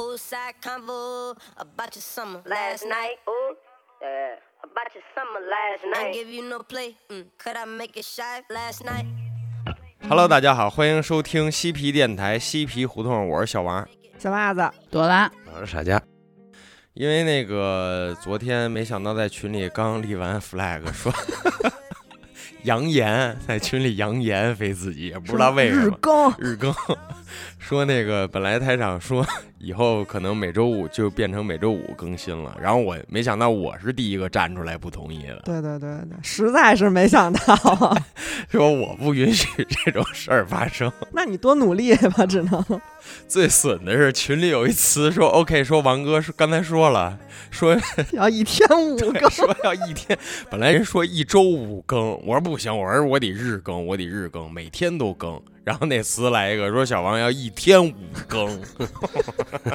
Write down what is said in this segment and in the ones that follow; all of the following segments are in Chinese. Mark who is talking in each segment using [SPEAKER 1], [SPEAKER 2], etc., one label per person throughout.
[SPEAKER 1] suicide convo about your summer
[SPEAKER 2] last night. Ooh, yeah. About your summer last
[SPEAKER 1] I
[SPEAKER 2] night.
[SPEAKER 1] give you no play. Mm, could I make it shy last night?
[SPEAKER 3] Hello，大家好，欢迎收听西皮电台西皮胡同，我是小王，
[SPEAKER 4] 小袜子，
[SPEAKER 5] 朵拉，
[SPEAKER 3] 我是傻家。因为那个昨天没想到在群里刚立完 flag，说 扬言在群里扬言非自己，也不知道为什
[SPEAKER 4] 日
[SPEAKER 3] 么
[SPEAKER 4] 更
[SPEAKER 3] 日更说那个本来台长说以后可能每周五就变成每周五更新了，然后我没想到我是第一个站出来不同意的，
[SPEAKER 4] 对对对对，实在是没想到，啊
[SPEAKER 3] 说我不允许这种事儿发生。
[SPEAKER 4] 那你多努力吧，只能
[SPEAKER 3] 最损的是群里有一词说 OK，说王哥说刚才说了，说。
[SPEAKER 4] 要一天五更
[SPEAKER 3] 说要一天，本来人说一周五更，我说不行，我说我得日更，我得日更，每天都更。然后那词来一个说小王要一天五更。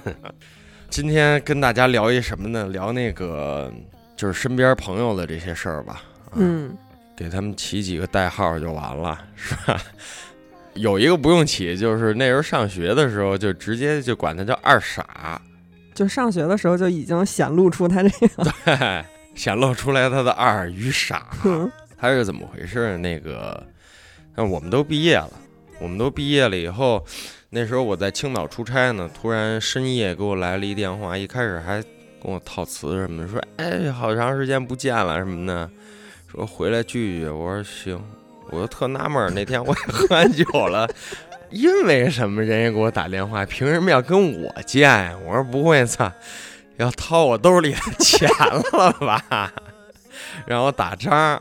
[SPEAKER 3] 今天跟大家聊一什么呢？聊那个就是身边朋友的这些事儿吧。啊、。
[SPEAKER 4] 嗯，
[SPEAKER 3] 给他们起几个代号就完了，是吧？有一个不用起，就是那时候上学的时候，就直接就管他叫二傻，
[SPEAKER 4] 就上学的时候就已经显露出他这个，
[SPEAKER 3] 嘿嘿显露出来他的二与傻。
[SPEAKER 4] 嗯
[SPEAKER 3] 他是怎么回事？那个，那我们都毕业了，我们都毕业了以后，那时候我在青岛出差呢，突然深夜给我来了一电话，一开始还跟我套词什么的，说哎，好长时间不见了什么的，说回来聚聚。我说行，我就特纳闷儿，那天我也喝完酒了。因为什么人家给我打电话，凭什么要跟我见呀？我说不会，操，要掏我兜里的钱了吧？ 然后打叉，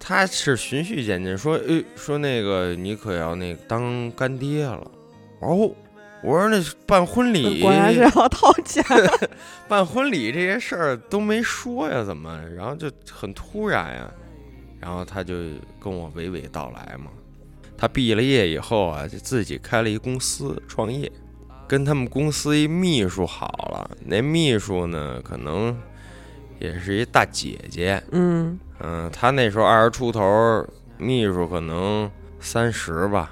[SPEAKER 3] 他是循序渐进，说，哎，说那个你可要那个当干爹了。哦，我说那是办婚礼，
[SPEAKER 4] 呃果然是要掏钱。
[SPEAKER 3] 办婚礼这些事儿都没说呀，怎么？然后就很突然呀，然后他就跟我娓娓道来嘛。他毕了业以后啊，就自己开了一公司创业，跟他们公司一秘书好了，那秘书呢，可能也是一大姐姐，
[SPEAKER 4] 嗯，
[SPEAKER 3] 嗯，他那时候二十出头，秘书可能三十吧。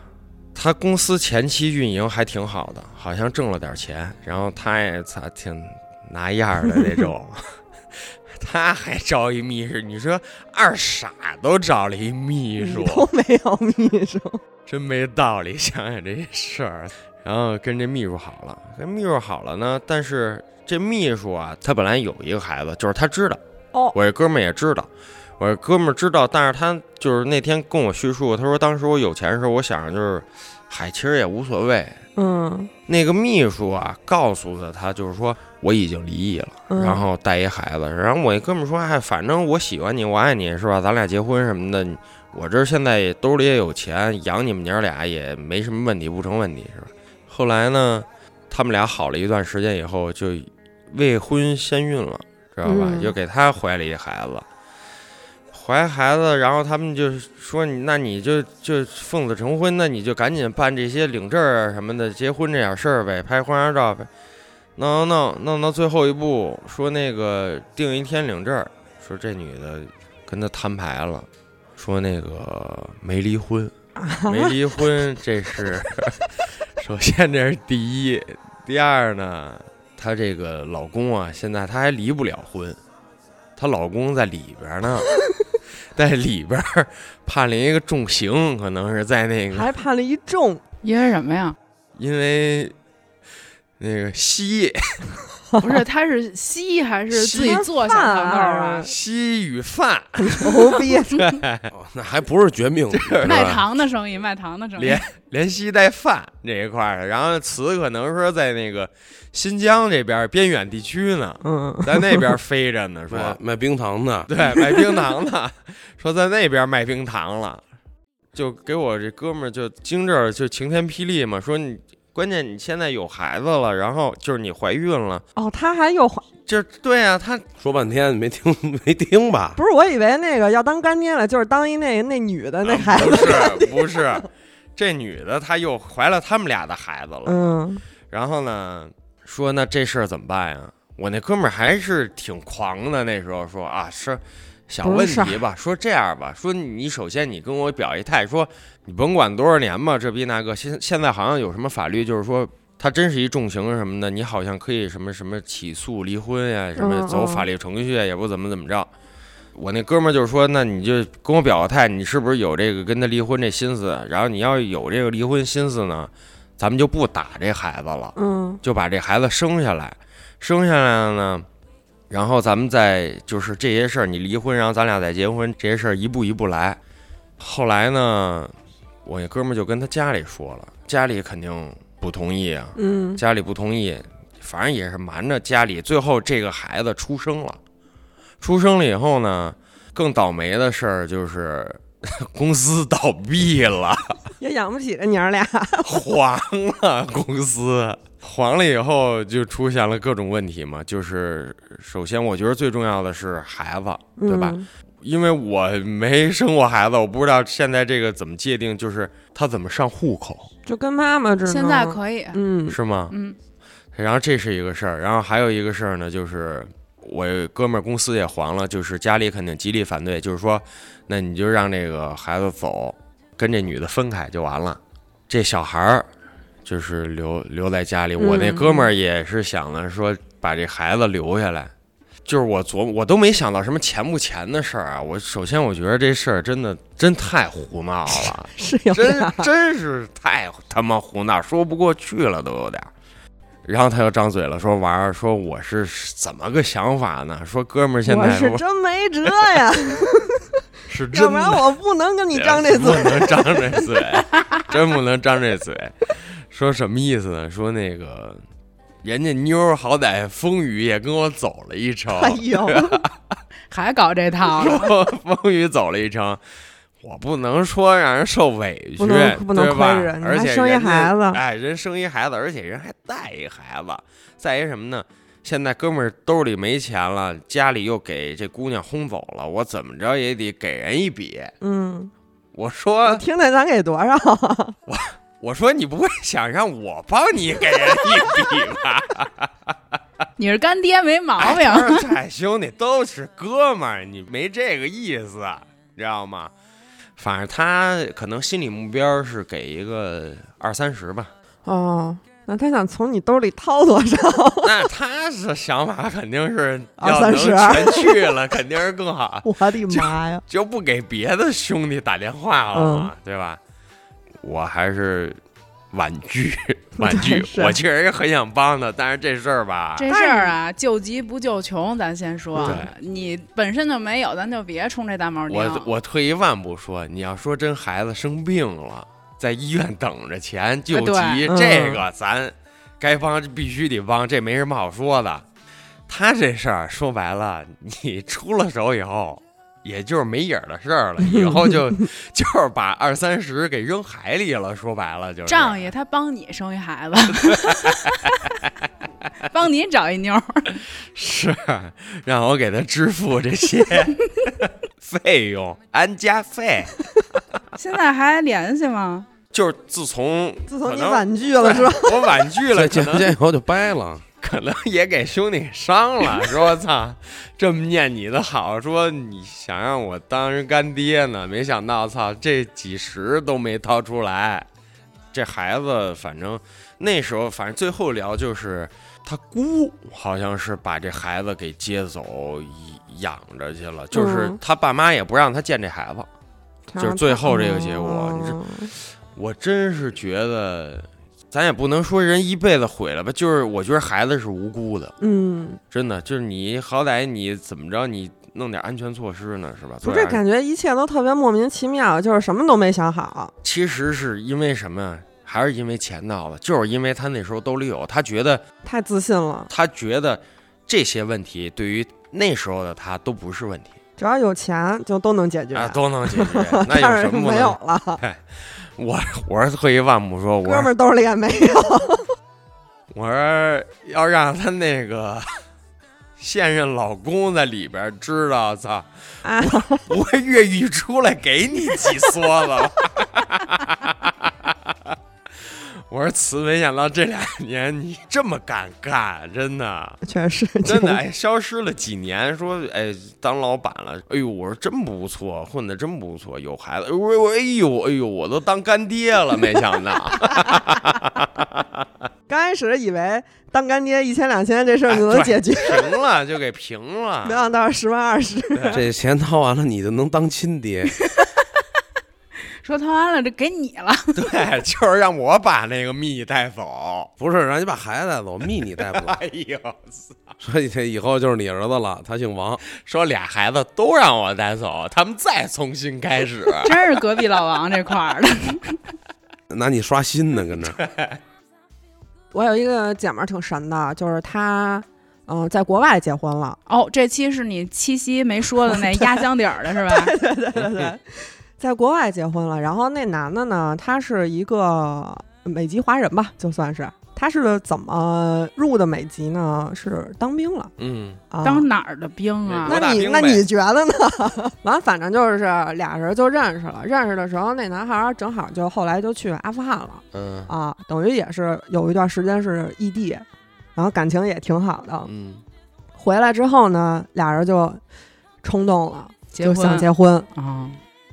[SPEAKER 3] 他公司前期运营还挺好的，好像挣了点钱，然后他也操挺拿样儿的那种。 他还招一秘书，你说二傻都招了一秘书
[SPEAKER 4] 你，都没有秘书，
[SPEAKER 3] 真没道理，想想这些事儿。然后跟这秘书好了，跟秘书好了呢，但是这秘书啊，他本来有一个孩子，就是他知道，
[SPEAKER 4] 哦
[SPEAKER 3] 我这哥们儿也知道，我这哥们儿知道，但是他就是那天跟我叙述，他说当时我有钱的时候，我想着就是，嗨，其实也无所谓。
[SPEAKER 4] 嗯，
[SPEAKER 3] 那个秘书啊，告诉的他就是说我已经离异了，
[SPEAKER 4] 嗯
[SPEAKER 3] 然后带一孩子，然后我一哥们儿说，哎，反正我喜欢你，我爱你，是吧？咱俩结婚什么的，你我这现在兜里也有钱，养你们娘俩也没什么问题，不成问题，是吧？后来呢，他们俩好了一段时间以后，就未婚先孕了，知道吧？
[SPEAKER 4] 嗯
[SPEAKER 3] 就给他怀了一孩子。怀孩子，然后他们就说你，那你就就奉子成婚，那你就赶紧办这些领证儿什么的，结婚这点事儿呗，拍婚纱照呗，弄弄弄弄到最后一步，说那个定一天领证儿，说这女的跟他摊牌了，说那个没离婚， 没离婚，这是首先这是第一，第二呢，她这个老公啊，现在她还离不了婚，她老公在里边呢，在里边儿判了一个重刑，可能是在那个
[SPEAKER 4] 还判了一重，
[SPEAKER 5] 因为什么呀？
[SPEAKER 3] 因为那个吸
[SPEAKER 5] 不 是，他是吸还是自己做小糖豆儿啊？
[SPEAKER 3] 吸与饭，
[SPEAKER 4] 牛逼！
[SPEAKER 6] 哦那还不是绝命毒是吧
[SPEAKER 5] 卖糖的生意，卖糖的生意
[SPEAKER 3] 连。连吸带饭这一块儿的，然后词可能说在那个新疆这边儿边远地区呢，
[SPEAKER 4] 嗯，
[SPEAKER 3] 在那边儿飞着呢， 说
[SPEAKER 6] 卖卖冰糖 的，
[SPEAKER 3] 对，卖冰糖的，说在那边卖冰糖了，就给我这哥们儿就经这儿就晴天霹雳嘛，说你关键你现在有孩子了，然后就是你怀孕了，
[SPEAKER 4] 哦，他还有怀，
[SPEAKER 3] 这对啊，他
[SPEAKER 6] 说半天你没听没 听吧？
[SPEAKER 4] 不是我以为那个要当干爹了，就是当一那那女的那孩
[SPEAKER 3] 不
[SPEAKER 4] 子。
[SPEAKER 3] 是啊不是，这女的她又怀了他们俩的孩子了，
[SPEAKER 4] 嗯，
[SPEAKER 3] 然后呢，说那这事儿怎么办呀？我那哥们儿还是挺狂的，那时候说啊是想问题吧，说这样吧，说你首先你跟我表一态，说你甭管多少年吧，这逼那个现现在好像有什么法律就是说。他真是一重刑什么的，你好像可以什么什么起诉离婚呀，什么
[SPEAKER 4] 嗯
[SPEAKER 3] 走法律程序啊，也不怎么怎么着。我那哥们儿就说，那你就跟我表个态，你是不是有这个跟他离婚这心思？然后你要有这个离婚心思呢，咱们就不打这孩子了。
[SPEAKER 4] 嗯
[SPEAKER 3] 就把这孩子生下来，生下来了呢，然后咱们再就是这些事儿，你离婚，然后咱俩再结婚，这些事儿一步一步来。后来呢，我那哥们儿就跟他家里说了，家里肯定不同意啊，
[SPEAKER 4] 嗯
[SPEAKER 3] 家里不同意，反正也是瞒着家里。最后这个孩子出生了，出生了以后呢，更倒霉的事儿就是 公司倒闭了。
[SPEAKER 4] 也养不起这娘儿俩。
[SPEAKER 3] 黄了公司，黄了以后就出现了各种问题嘛。就是首先，我觉得最重要的是孩子，对吧？
[SPEAKER 4] 嗯
[SPEAKER 3] 因为我没生过孩子，我不知道现在这个怎么界定，就是他怎么上户口，
[SPEAKER 4] 就跟妈妈这
[SPEAKER 5] 现在可以，
[SPEAKER 4] 嗯
[SPEAKER 3] 是吗？
[SPEAKER 5] 嗯，
[SPEAKER 3] 然后这是一个事儿，然后还有一个事儿呢，就是我哥们儿公司也黄了，就是家里肯定极力反对，就是说，那你就让这个孩子走，跟这女的分开就完了。这小孩儿就是留留在家里，我那
[SPEAKER 4] 嗯
[SPEAKER 3] 哥们儿也是想的说把这孩子留下来。就是我琢磨，我都没想到什么钱不钱的事儿啊！我首先我觉得这事儿真的真太胡闹了，
[SPEAKER 4] 是有
[SPEAKER 3] 真
[SPEAKER 4] 俩
[SPEAKER 3] 真是太他妈胡闹，说不过去了都有点儿。然后他又张嘴了，说玩儿，说我是怎么个想法呢？说哥们儿现
[SPEAKER 4] 我
[SPEAKER 3] 在
[SPEAKER 4] 是真没辙呀，
[SPEAKER 3] 是 真
[SPEAKER 4] 要不然
[SPEAKER 3] 的
[SPEAKER 4] 我不能跟你张这 嘴。
[SPEAKER 3] 不能张这嘴，真不能张这嘴。说什么意思呢？说那个人家妞儿好歹风雨也跟我走了一程，
[SPEAKER 4] 哎呦，
[SPEAKER 5] 还搞这套了，
[SPEAKER 3] 说风雨走了一程，我不能说让人受委屈，
[SPEAKER 4] 不能不能
[SPEAKER 3] 对吧
[SPEAKER 4] 亏人？
[SPEAKER 3] 而
[SPEAKER 4] 还
[SPEAKER 3] 且
[SPEAKER 4] 生一
[SPEAKER 3] 人家
[SPEAKER 4] 孩子
[SPEAKER 3] 哎，人生一孩子，而且人还带一孩子，再一什么呢？现在哥们儿兜里没钱了，家里又给这姑娘轰走了，我怎么着也得给人一笔。
[SPEAKER 4] 嗯，
[SPEAKER 3] 我说，
[SPEAKER 4] 听听咱给多少？
[SPEAKER 3] 我说你不会想让我帮你给人一笔吧？
[SPEAKER 5] 你是干爹没毛病。
[SPEAKER 3] 哎 不是哎，兄弟都是哥们儿，你没这个意思，知道吗？反正他可能心理目标是给一个二三十 吧，
[SPEAKER 4] 哦，那他想从你兜里掏多少？
[SPEAKER 3] 那他是想法肯定是
[SPEAKER 4] 二
[SPEAKER 3] 要
[SPEAKER 4] 三
[SPEAKER 3] 能
[SPEAKER 4] 十啊
[SPEAKER 3] 全去了，肯定是更好，
[SPEAKER 4] 我的妈呀！。
[SPEAKER 3] 就不给别的兄弟打电话了嘛，对吧？我还是婉拒，婉拒
[SPEAKER 4] 是啊
[SPEAKER 3] 我确实很想帮他，但是这事儿吧，
[SPEAKER 5] 这事儿啊，救急不救穷，咱先说
[SPEAKER 3] 对。
[SPEAKER 5] 你本身就没有，咱就别冲这大冒顶。
[SPEAKER 3] 我我退一万步说，你要说真孩子生病了，在医院等着钱救急，
[SPEAKER 5] 对
[SPEAKER 4] 嗯
[SPEAKER 3] 这个咱该帮必须得帮，这没什么好说的。他这事儿说白了，你出了手以后，也就是没影儿的事儿了，以后 就就是把二三十给扔海里了。说白了就是
[SPEAKER 5] 仗义，他帮你生一孩 子，帮你找一妞儿，
[SPEAKER 3] 是让我给他支付这些 费用，安家费。
[SPEAKER 5] 现在还联系吗？
[SPEAKER 3] 就是自从
[SPEAKER 4] 自从
[SPEAKER 3] 可
[SPEAKER 4] 你
[SPEAKER 3] 能
[SPEAKER 4] 婉拒了是吧？
[SPEAKER 3] 我婉拒了，
[SPEAKER 6] 再
[SPEAKER 3] 可
[SPEAKER 6] 见不
[SPEAKER 3] 能
[SPEAKER 6] 见以后 就掰了。
[SPEAKER 3] 可能也给兄弟伤了。说我操，这么念你的好，说你想让我当人干爹呢，没想到操这几十都没掏出来。这孩子反正那时候，反正最后聊就是他姑好像是把这孩子给接走养着去了，就是
[SPEAKER 4] 嗯
[SPEAKER 3] 他爸妈也不让他见这孩子。就是最后这个结果你
[SPEAKER 4] 哦
[SPEAKER 3] 我真是觉得，咱也不能说人一辈子毁了吧，就是我觉得孩子是无辜的，
[SPEAKER 4] 嗯，
[SPEAKER 3] 真的，就是你好歹你怎么着，你弄点安全措施呢，是吧？
[SPEAKER 4] 不
[SPEAKER 3] 对
[SPEAKER 4] 是
[SPEAKER 3] 啊
[SPEAKER 4] 感觉一切都特别莫名其妙，就是什么都没想好。
[SPEAKER 3] 其实是因为什么呀？还是因为钱闹的，就是因为他那时候兜里有，他觉得
[SPEAKER 4] 太自信了，
[SPEAKER 3] 他觉得这些问题对于那时候的他都不是问题
[SPEAKER 4] 只要有钱就都能解决。
[SPEAKER 3] 啊，都能解决，那
[SPEAKER 4] 但
[SPEAKER 3] 有
[SPEAKER 4] 是
[SPEAKER 3] 什么不
[SPEAKER 4] 没
[SPEAKER 3] 能
[SPEAKER 4] 有了，
[SPEAKER 3] 我我是退一万步说，我
[SPEAKER 4] 哥
[SPEAKER 3] 说
[SPEAKER 4] 们儿兜里也没有。
[SPEAKER 3] 我说要让他那个现任老公在里边儿知道，操，
[SPEAKER 4] 啊
[SPEAKER 3] 我不会越狱出来给你几梭子吧。我说词，没想到这两年你这么敢干，真的，
[SPEAKER 4] 确实，
[SPEAKER 3] 真的，哎，消失了几年，说哎当老板了，哎呦，我说真不错，混的真不错，有孩子，我哎 我哎呦哎呦，我都当干爹了，没想到。
[SPEAKER 4] 刚开始以为当干爹一千两千这事儿就能解决，
[SPEAKER 3] 哎平了就给平
[SPEAKER 4] 没
[SPEAKER 3] 了。
[SPEAKER 4] 想到十万二十。
[SPEAKER 6] 这钱掏完了，你就能当亲爹。
[SPEAKER 5] 说掏完了，这给你了，
[SPEAKER 3] 对， 就是让我把那个蜜带走。
[SPEAKER 6] 不是，让你把孩子带走，密你带不走。
[SPEAKER 3] 哎呦，
[SPEAKER 6] 说以以后就是你儿子了，他姓王。
[SPEAKER 3] 说俩孩子都让我带走，他们再重新开始。
[SPEAKER 5] 真是隔壁老王这块儿的。
[SPEAKER 6] 拿你刷新呢，跟这儿
[SPEAKER 4] 我有一个姐们儿挺神的，就是她，嗯、在国外结婚了，
[SPEAKER 5] 哦，这期是你七夕没说的那压箱底儿的是 吧？
[SPEAKER 4] 在国外结婚了。然后那男的呢，他是一个美籍华人吧，就算是。他是怎么入的美籍呢？是当兵了
[SPEAKER 3] 嗯，
[SPEAKER 4] 啊。
[SPEAKER 5] 当哪儿的兵啊？
[SPEAKER 3] 美国
[SPEAKER 4] 那
[SPEAKER 3] 大
[SPEAKER 4] 你
[SPEAKER 3] 兵
[SPEAKER 4] 那
[SPEAKER 3] 呗
[SPEAKER 4] 你觉得呢？ 完，反正就是俩人就认识了。认识的时候，那男孩儿正好就后来就去阿富汗了
[SPEAKER 3] 嗯
[SPEAKER 4] 啊，等于也是有一段时间是异地，然后感情也挺好的。
[SPEAKER 3] 嗯，
[SPEAKER 4] 回来之后呢，俩人就冲动了，
[SPEAKER 5] 结
[SPEAKER 4] 就
[SPEAKER 5] 婚
[SPEAKER 4] 想结婚。
[SPEAKER 5] 啊？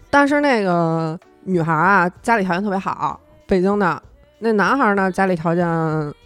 [SPEAKER 4] 但是那个女孩啊，家里条件特别好，北京的。那男孩呢，家里条件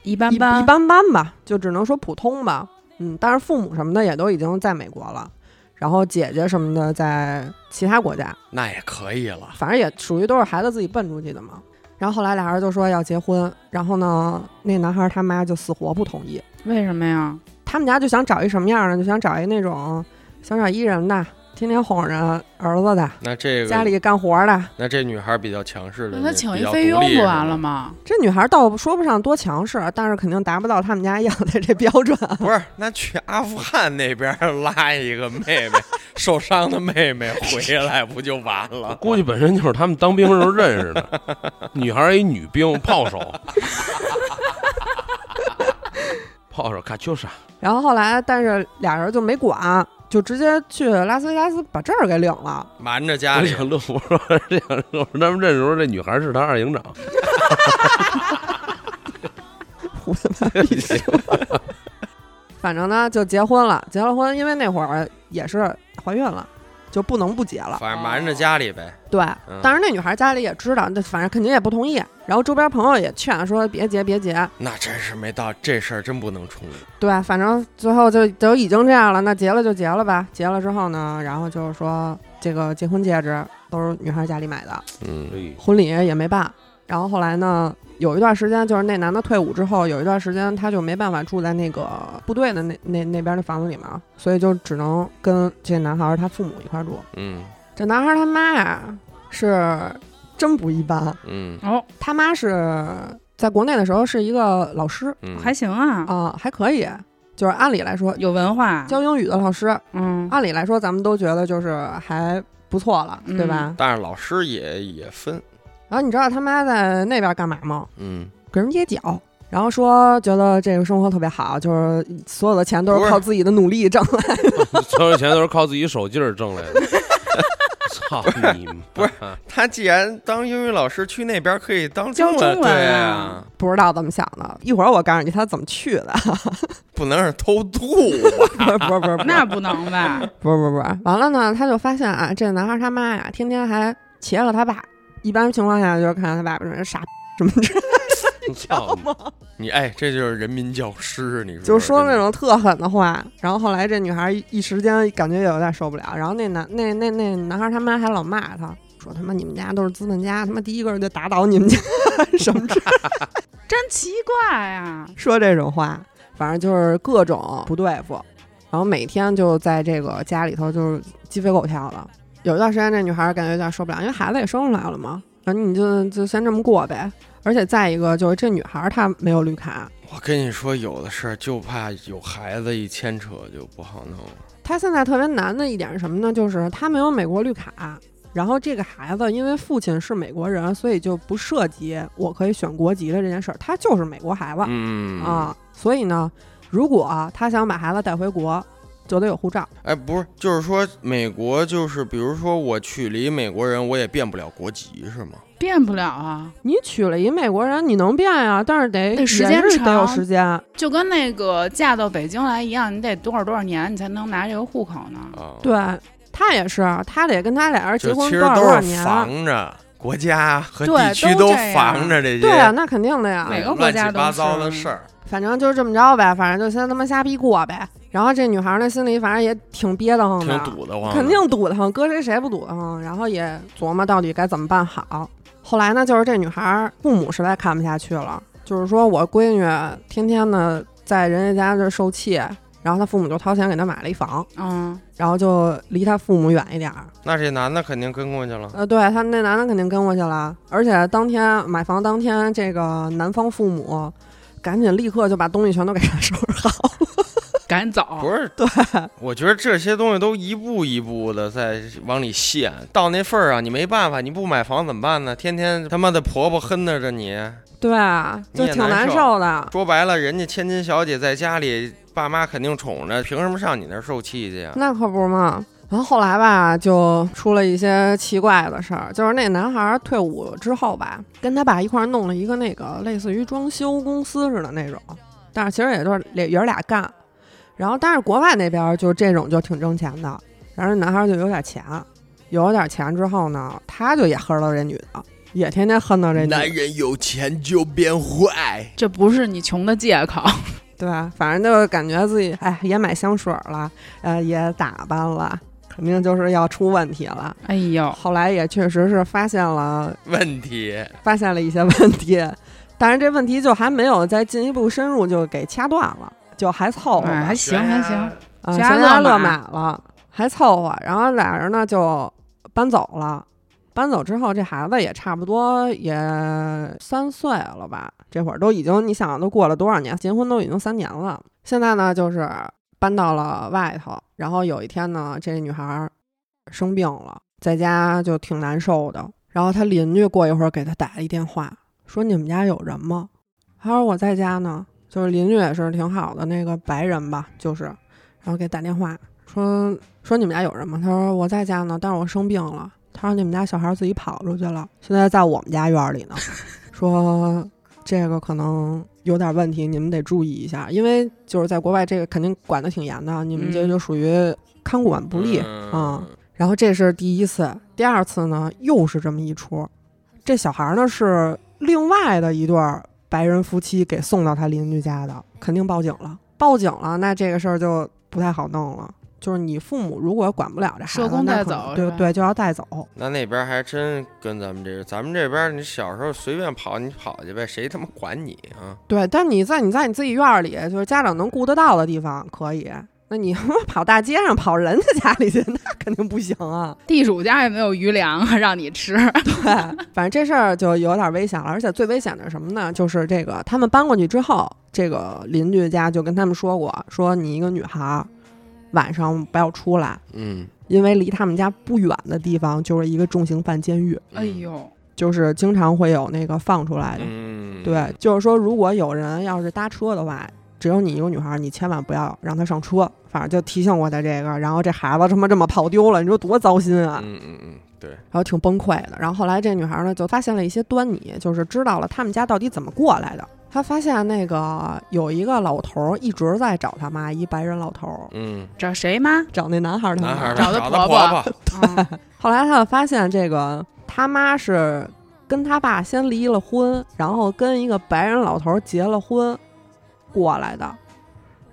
[SPEAKER 5] 一般
[SPEAKER 4] 一
[SPEAKER 5] 般，
[SPEAKER 4] 一般般吧，就只能说普通吧。嗯，但是父母什么的也都已经在美国了，然后姐姐什么的在其他国家，
[SPEAKER 3] 那也可以了。
[SPEAKER 4] 反正也属于都是孩子自己奔出去的嘛。然后后来俩人就说要结婚，然后呢，那男孩他妈就死活不同意，
[SPEAKER 5] 为什么呀？
[SPEAKER 4] 他们家就想找一什么样的，就想找一那种想找一人的，天天哄着儿子的，
[SPEAKER 3] 那这个
[SPEAKER 4] 家里干活的。
[SPEAKER 3] 那这女孩比较强势的，
[SPEAKER 5] 那他
[SPEAKER 3] 比
[SPEAKER 5] 请一
[SPEAKER 3] 较
[SPEAKER 5] 菲
[SPEAKER 3] 独
[SPEAKER 5] 佣
[SPEAKER 3] 立
[SPEAKER 5] 不
[SPEAKER 3] 是
[SPEAKER 5] 完了
[SPEAKER 3] 吗？
[SPEAKER 5] 吗？
[SPEAKER 4] 这女孩倒说不上多强势，但是肯定达不到他们家要的这 标准。
[SPEAKER 3] 不是，那去阿富汗那边拉一个妹 妹，受伤的妹妹回来不就完 了？
[SPEAKER 6] 估计本身就是他们当兵时候认识的。女孩儿一女兵，炮手，炮手卡秋莎，
[SPEAKER 4] 然后后来，但是俩人就没管，就直接去拉斯维加斯把证儿给领了。
[SPEAKER 3] 瞒着家
[SPEAKER 6] 我
[SPEAKER 3] 里，
[SPEAKER 6] 想乐，我说这想乐，他们认识的时候，这女孩是他二营长。
[SPEAKER 4] 我他妈逼死了反正呢，就结婚了。结了婚，因为那会儿也是怀孕了，就不能不结了。
[SPEAKER 3] 反正瞒着家里呗。
[SPEAKER 4] 对
[SPEAKER 3] 嗯，
[SPEAKER 4] 当然那女孩家里也知道，那反正肯定也不同意。然后周边朋友也劝说别结别结。
[SPEAKER 3] 那真是没到这事儿，真不能冲。
[SPEAKER 4] 对，反正最后就都已经这样了，那结了就结了吧。结了之后呢，然后就是说这个结婚戒指都是女孩家里买的，
[SPEAKER 3] 嗯，
[SPEAKER 4] 婚礼也没办。然后后来呢，有一段时间就是那男的退伍之后，有一段时间他就没办法住在那个部队的那那那边的房子里嘛，所以就只能跟这男孩儿他父母一块儿住。
[SPEAKER 3] 嗯
[SPEAKER 4] 这男孩儿他妈呀、是真不一般，
[SPEAKER 3] 嗯
[SPEAKER 5] 哦，
[SPEAKER 4] 他妈是在国内的时候是一个老师
[SPEAKER 3] 嗯，
[SPEAKER 5] 还行啊，
[SPEAKER 4] 啊、还可以，就是按理来说
[SPEAKER 5] 有文化。
[SPEAKER 4] 教英语的老师，
[SPEAKER 5] 嗯，
[SPEAKER 4] 按理来说咱们都觉得就是还不错了，
[SPEAKER 5] 嗯
[SPEAKER 4] 对吧？
[SPEAKER 3] 但是老师也也分。
[SPEAKER 4] 然后你知道他妈在那边干嘛吗？
[SPEAKER 3] 嗯，
[SPEAKER 4] 给人捏脚，然后说觉得这个生活特别好，就是所有的钱都
[SPEAKER 3] 不
[SPEAKER 4] 是
[SPEAKER 3] 是
[SPEAKER 4] 靠自己的 努力挣来。
[SPEAKER 6] 所有钱都是靠自己手劲儿挣来的。操你妈！
[SPEAKER 3] 不是他既然当英语老师，去那边可以当
[SPEAKER 5] 教
[SPEAKER 3] 中文，
[SPEAKER 5] 中文
[SPEAKER 3] 对
[SPEAKER 5] 啊
[SPEAKER 3] 啊，
[SPEAKER 4] 不知道怎么想的，一会儿我告诉你他怎么去的。
[SPEAKER 3] 不能是偷渡 吧？
[SPEAKER 4] 不是不是不是不是
[SPEAKER 5] 那不能吧？
[SPEAKER 4] 不是不是不是，完了呢，他就发现啊，这男孩他妈呀，天天还骑着他爸。一般情况下就是看他爸爸是傻什么之类的，
[SPEAKER 6] 操哦你！
[SPEAKER 3] 你哎，这就是人民教师，你说
[SPEAKER 4] 就说
[SPEAKER 3] 真的
[SPEAKER 4] 那种特狠的话。然后后来这女孩一一时间感觉也有点受不了，然后那男那那那男孩他妈还老骂他，说他妈你们家都是资本家，他妈第一个就打倒你们家 什么之类的
[SPEAKER 5] 真奇怪啊呀！
[SPEAKER 4] 说这种话，反正就是各种不对付，然后每天就在这个家里头就是鸡飞狗跳的。有一段时间，这女孩感觉有点受不了，因为孩子也生出来了嘛，然后你就就先这么过呗。而且再一个就是这女孩她没有绿卡，
[SPEAKER 3] 我跟你说，有的事儿就怕有孩子一牵扯就不好弄了。
[SPEAKER 4] 她现在特别难的一点是什么呢？就是她没有美国绿卡。然后这个孩子因为父亲是美国人，所以就不涉及我可以选国籍的这件事儿，他就是美国孩子。
[SPEAKER 3] 嗯，
[SPEAKER 4] 啊，所以呢，如果他想把孩子带回国，就得有护照。
[SPEAKER 3] 哎，不是，就是说美国就是，比如说我娶了一美国人，我也变不了国籍是吗？
[SPEAKER 5] 变不了啊，
[SPEAKER 4] 你娶了一美国人，你能变呀、但是得
[SPEAKER 5] 得时
[SPEAKER 4] 也
[SPEAKER 5] 间
[SPEAKER 4] 是得有
[SPEAKER 5] 长
[SPEAKER 4] 时间。
[SPEAKER 5] 就跟那个嫁到北京来一样，你得多少多少年你才能拿这个户口呢？
[SPEAKER 3] 啊，
[SPEAKER 4] 对他也是，他得跟他俩人结
[SPEAKER 3] 就
[SPEAKER 4] 婚
[SPEAKER 3] 其实
[SPEAKER 4] 多少多
[SPEAKER 3] 都
[SPEAKER 4] 少
[SPEAKER 3] 是
[SPEAKER 4] 年，啊
[SPEAKER 3] 防着。国家和
[SPEAKER 5] 对
[SPEAKER 3] 地区
[SPEAKER 5] 都
[SPEAKER 3] 都
[SPEAKER 5] 这样
[SPEAKER 3] 防着这些
[SPEAKER 4] 对啊，那肯定的呀。
[SPEAKER 5] 每个国
[SPEAKER 3] 乱
[SPEAKER 5] 家
[SPEAKER 3] 七
[SPEAKER 5] 都
[SPEAKER 3] 八糟
[SPEAKER 5] 是
[SPEAKER 3] 的事儿。
[SPEAKER 4] 反正就是这么着呗，反正就先他妈瞎逼过呗。然后这女孩儿呢，心里反正也挺憋得慌
[SPEAKER 3] 挺
[SPEAKER 4] 的，
[SPEAKER 3] 堵得慌的，
[SPEAKER 4] 肯定堵得慌，搁谁谁不堵得慌。然后也琢磨到底该怎么办好。后来呢，就是这女孩儿父母实在看不下去了，就是说我闺女天天呢在人家家这受气，然后她父母就掏钱给她买了一房，
[SPEAKER 5] 嗯，
[SPEAKER 4] 然后就离她父母远一点儿。
[SPEAKER 3] 那这男的肯定跟过去了，
[SPEAKER 4] 呃，对他们那男的肯定跟过去了，而且当天买房当天，这个男方父母赶紧立刻就把东西全都给他收拾好。
[SPEAKER 5] 赶紧走
[SPEAKER 3] 不。是？对，我觉得这些东西都一步一步的在往里陷，到那份儿啊上你没办法，你不买房怎么办呢？天天他妈的婆婆哼着着你，
[SPEAKER 4] 对啊，
[SPEAKER 3] 你
[SPEAKER 4] 就
[SPEAKER 3] 也
[SPEAKER 4] 挺
[SPEAKER 3] 难
[SPEAKER 4] 难
[SPEAKER 3] 受
[SPEAKER 4] 受的。
[SPEAKER 3] 说白了，人家千金小姐在家里，爸妈肯定宠着，凭什么上你那儿受气去呀？啊
[SPEAKER 4] 那可不嘛。然后后来吧，就出了一些奇怪的事儿，就是那男孩儿退伍之后吧，跟他爸一块儿弄了一个那个类似于装修公司似的那种，但是其实也就是也爷儿俩干。然后，但是国外那边儿就这种就挺挣钱的，然后这男孩儿就有点钱，有点钱之后呢，他就也恨到这女的，也天天恨到这女的。
[SPEAKER 3] 人有钱就变坏，
[SPEAKER 5] 这不是你穷的借口，
[SPEAKER 4] 对吧？反正就是感觉自己哎，也买香水儿了，呃，也打扮了，肯定就是要出问题了。
[SPEAKER 5] 哎呦，
[SPEAKER 4] 后来也确实是发现了，
[SPEAKER 3] 问题
[SPEAKER 4] 发现了一些问题，但是这问题就还没有再进一步深入，就给掐断了，就还凑合吧，
[SPEAKER 5] 哎，还行还行，
[SPEAKER 4] 啊
[SPEAKER 5] 悬
[SPEAKER 4] 悬
[SPEAKER 5] 崖
[SPEAKER 4] 崖
[SPEAKER 5] 勒
[SPEAKER 4] 勒
[SPEAKER 5] 马
[SPEAKER 4] 马了，还凑合。然后俩人呢就搬走了，搬走之后这孩子也差不多也三岁了吧，这会儿都已经你想都过了多少年，结婚都已经三年了。现在呢就是搬到了外头，然后有一天呢这女孩儿生病了，在家就挺难受的。然后她邻居过一会儿给她打了一电话，说你们家有人吗？她说我在家呢。就是邻居也是挺好的那个白人吧，就是，然后给打电话说说你们家有人吗？他说我在家呢，但是我生病了。他说你们家小孩自己跑出去了，现在在我们家院里呢。 说这个可能有点问题，你们得注意一下，因为就是在国外这个肯定管得挺严的，你们这
[SPEAKER 5] 嗯
[SPEAKER 4] 就属于看管不力啊、
[SPEAKER 3] 嗯
[SPEAKER 4] 然后这是第一次，第二次呢又是这么一出，这小孩呢是另外的一对儿白人夫妻给送到他邻居家的，肯定报警了。报警了，那这个事儿就不太好弄了。就是你父母如果管不了这孩子，
[SPEAKER 5] 社工
[SPEAKER 4] 那
[SPEAKER 5] 带
[SPEAKER 4] 可能
[SPEAKER 5] 走
[SPEAKER 4] 对
[SPEAKER 5] 是吧
[SPEAKER 4] 对，就要带走。
[SPEAKER 3] 那那边还真跟咱们这，咱们这边你小时候随便跑你跑去呗，谁他妈管你啊？
[SPEAKER 4] 对，但你在你在你自己院儿里，就是家长能顾得到的地方可以。那你 跑大街上跑人家家里去，那肯定不行啊。
[SPEAKER 5] 地主家也没有余粮 啊让你吃，
[SPEAKER 4] 对， 反正这事儿就有点危险了，而且最危险的是什么呢？就是这个他们搬过去之后，这个邻居家就跟他们说过，说你一个女孩儿晚上不要出来，
[SPEAKER 3] 嗯，
[SPEAKER 4] 因为离他们家不远的地方就是一个重刑犯监狱，
[SPEAKER 5] 哎，呦，
[SPEAKER 4] 就是经常会有那个放出来的。
[SPEAKER 3] 嗯，
[SPEAKER 4] 对，就是说如果有人要是搭车的话。只有你一个女孩儿，你千万不要让她上车。反正就提醒过她这个，然后这孩子他妈这么跑丢了，你说多糟心啊！
[SPEAKER 3] 嗯嗯嗯，对，
[SPEAKER 4] 然后挺崩溃的。然后后来这女孩呢，就发现了一些端倪，就是知道了他们家到底怎么过来的。她发现那个有一个老头儿一直在找他妈，一白人老头儿
[SPEAKER 3] 嗯，
[SPEAKER 5] 找谁吗？
[SPEAKER 4] 嗯找那男孩儿他妈。
[SPEAKER 3] 男孩儿
[SPEAKER 5] 找
[SPEAKER 3] 的
[SPEAKER 5] 的
[SPEAKER 3] 婆
[SPEAKER 5] 婆
[SPEAKER 3] 婆
[SPEAKER 5] 婆嗯
[SPEAKER 4] 后来她就发现这个他妈是跟他爸先离了婚，然后跟一个白人老头儿结了婚过来的，